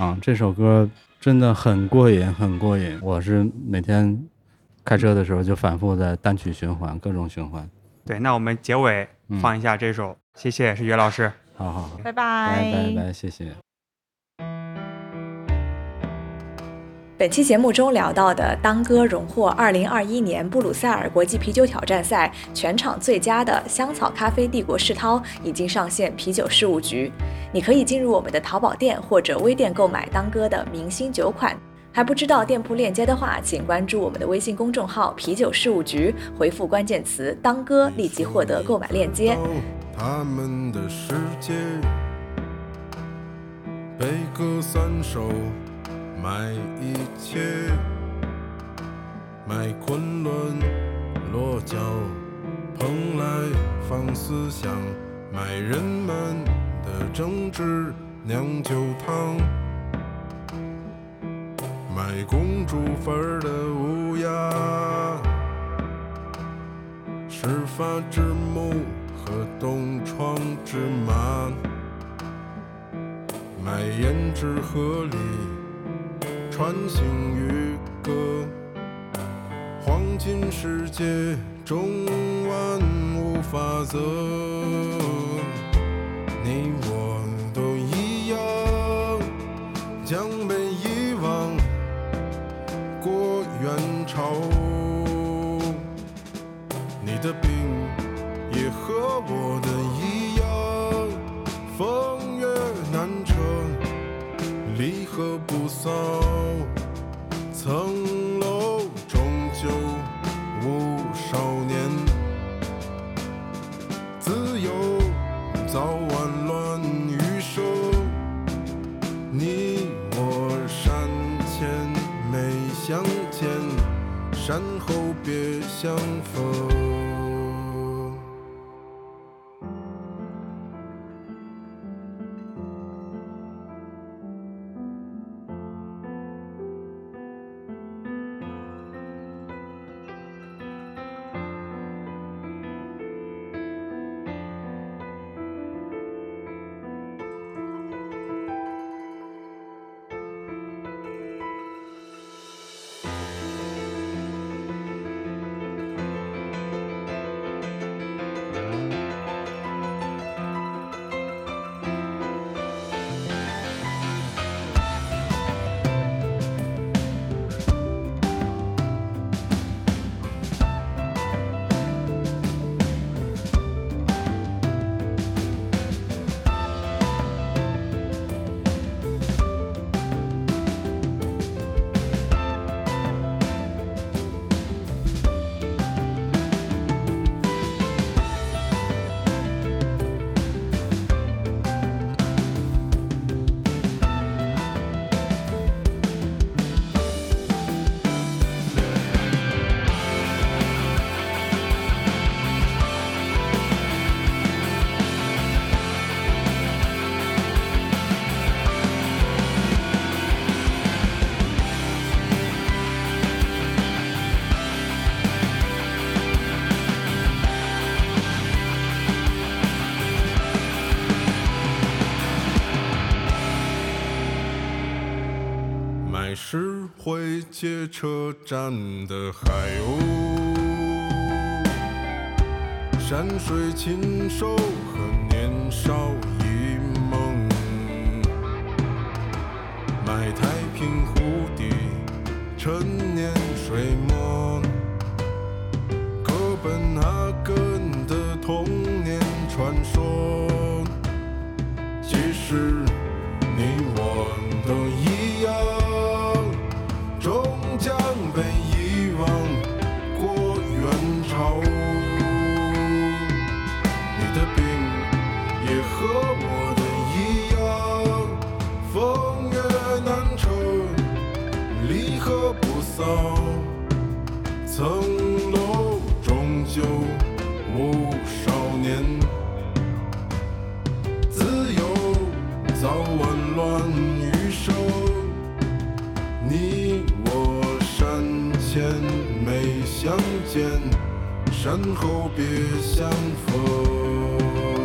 [SPEAKER 4] 啊，这首歌真的很过瘾，很过瘾。我是每天开车的时候就反复在单曲循环，各种循环。
[SPEAKER 2] 对，那我们结尾
[SPEAKER 4] 嗯
[SPEAKER 2] 放一下这首，谢谢史觉老师。
[SPEAKER 4] 好好好，
[SPEAKER 3] 拜
[SPEAKER 4] 拜拜拜，谢谢。
[SPEAKER 3] 本期节目中聊到的当哥荣获2021年布鲁塞尔国际啤酒挑战赛全场最佳的香草咖啡帝国世涛已经上线啤酒事务局，你可以进入我们的淘宝店或者微店购买当哥的明星酒款。还不知道店铺链接的话，请关注我们的微信公众号“啤酒事务局”，回复关键词“当哥”，立即获得购买链接。
[SPEAKER 1] 他们的世界，悲歌三首，买一切，买昆仑落脚，蓬莱放思想，买人们的争执酿酒汤，买公主坟儿的乌鸦。始发之木和东窗之麻，买胭脂河里穿行于歌，黄金世界中万物法则，你我都一样，将被遗忘，过元朝。你的病也和我的一样，风月难成，离合不骚，层楼终究无少年，自由早晚乱余生，你我山前没相见。山后别相逢。是会街车站的海鸥，山水禽兽和年少一梦，买太平湖底陈年水墨，哥本哈根的童年传说。其实你我都一样，终将被遗忘过元朝。你的病也和我的一样，风月难酬，离合不骚，层楼终究无少年。自由早晚乱余生，你我山前没相见，山后别相逢。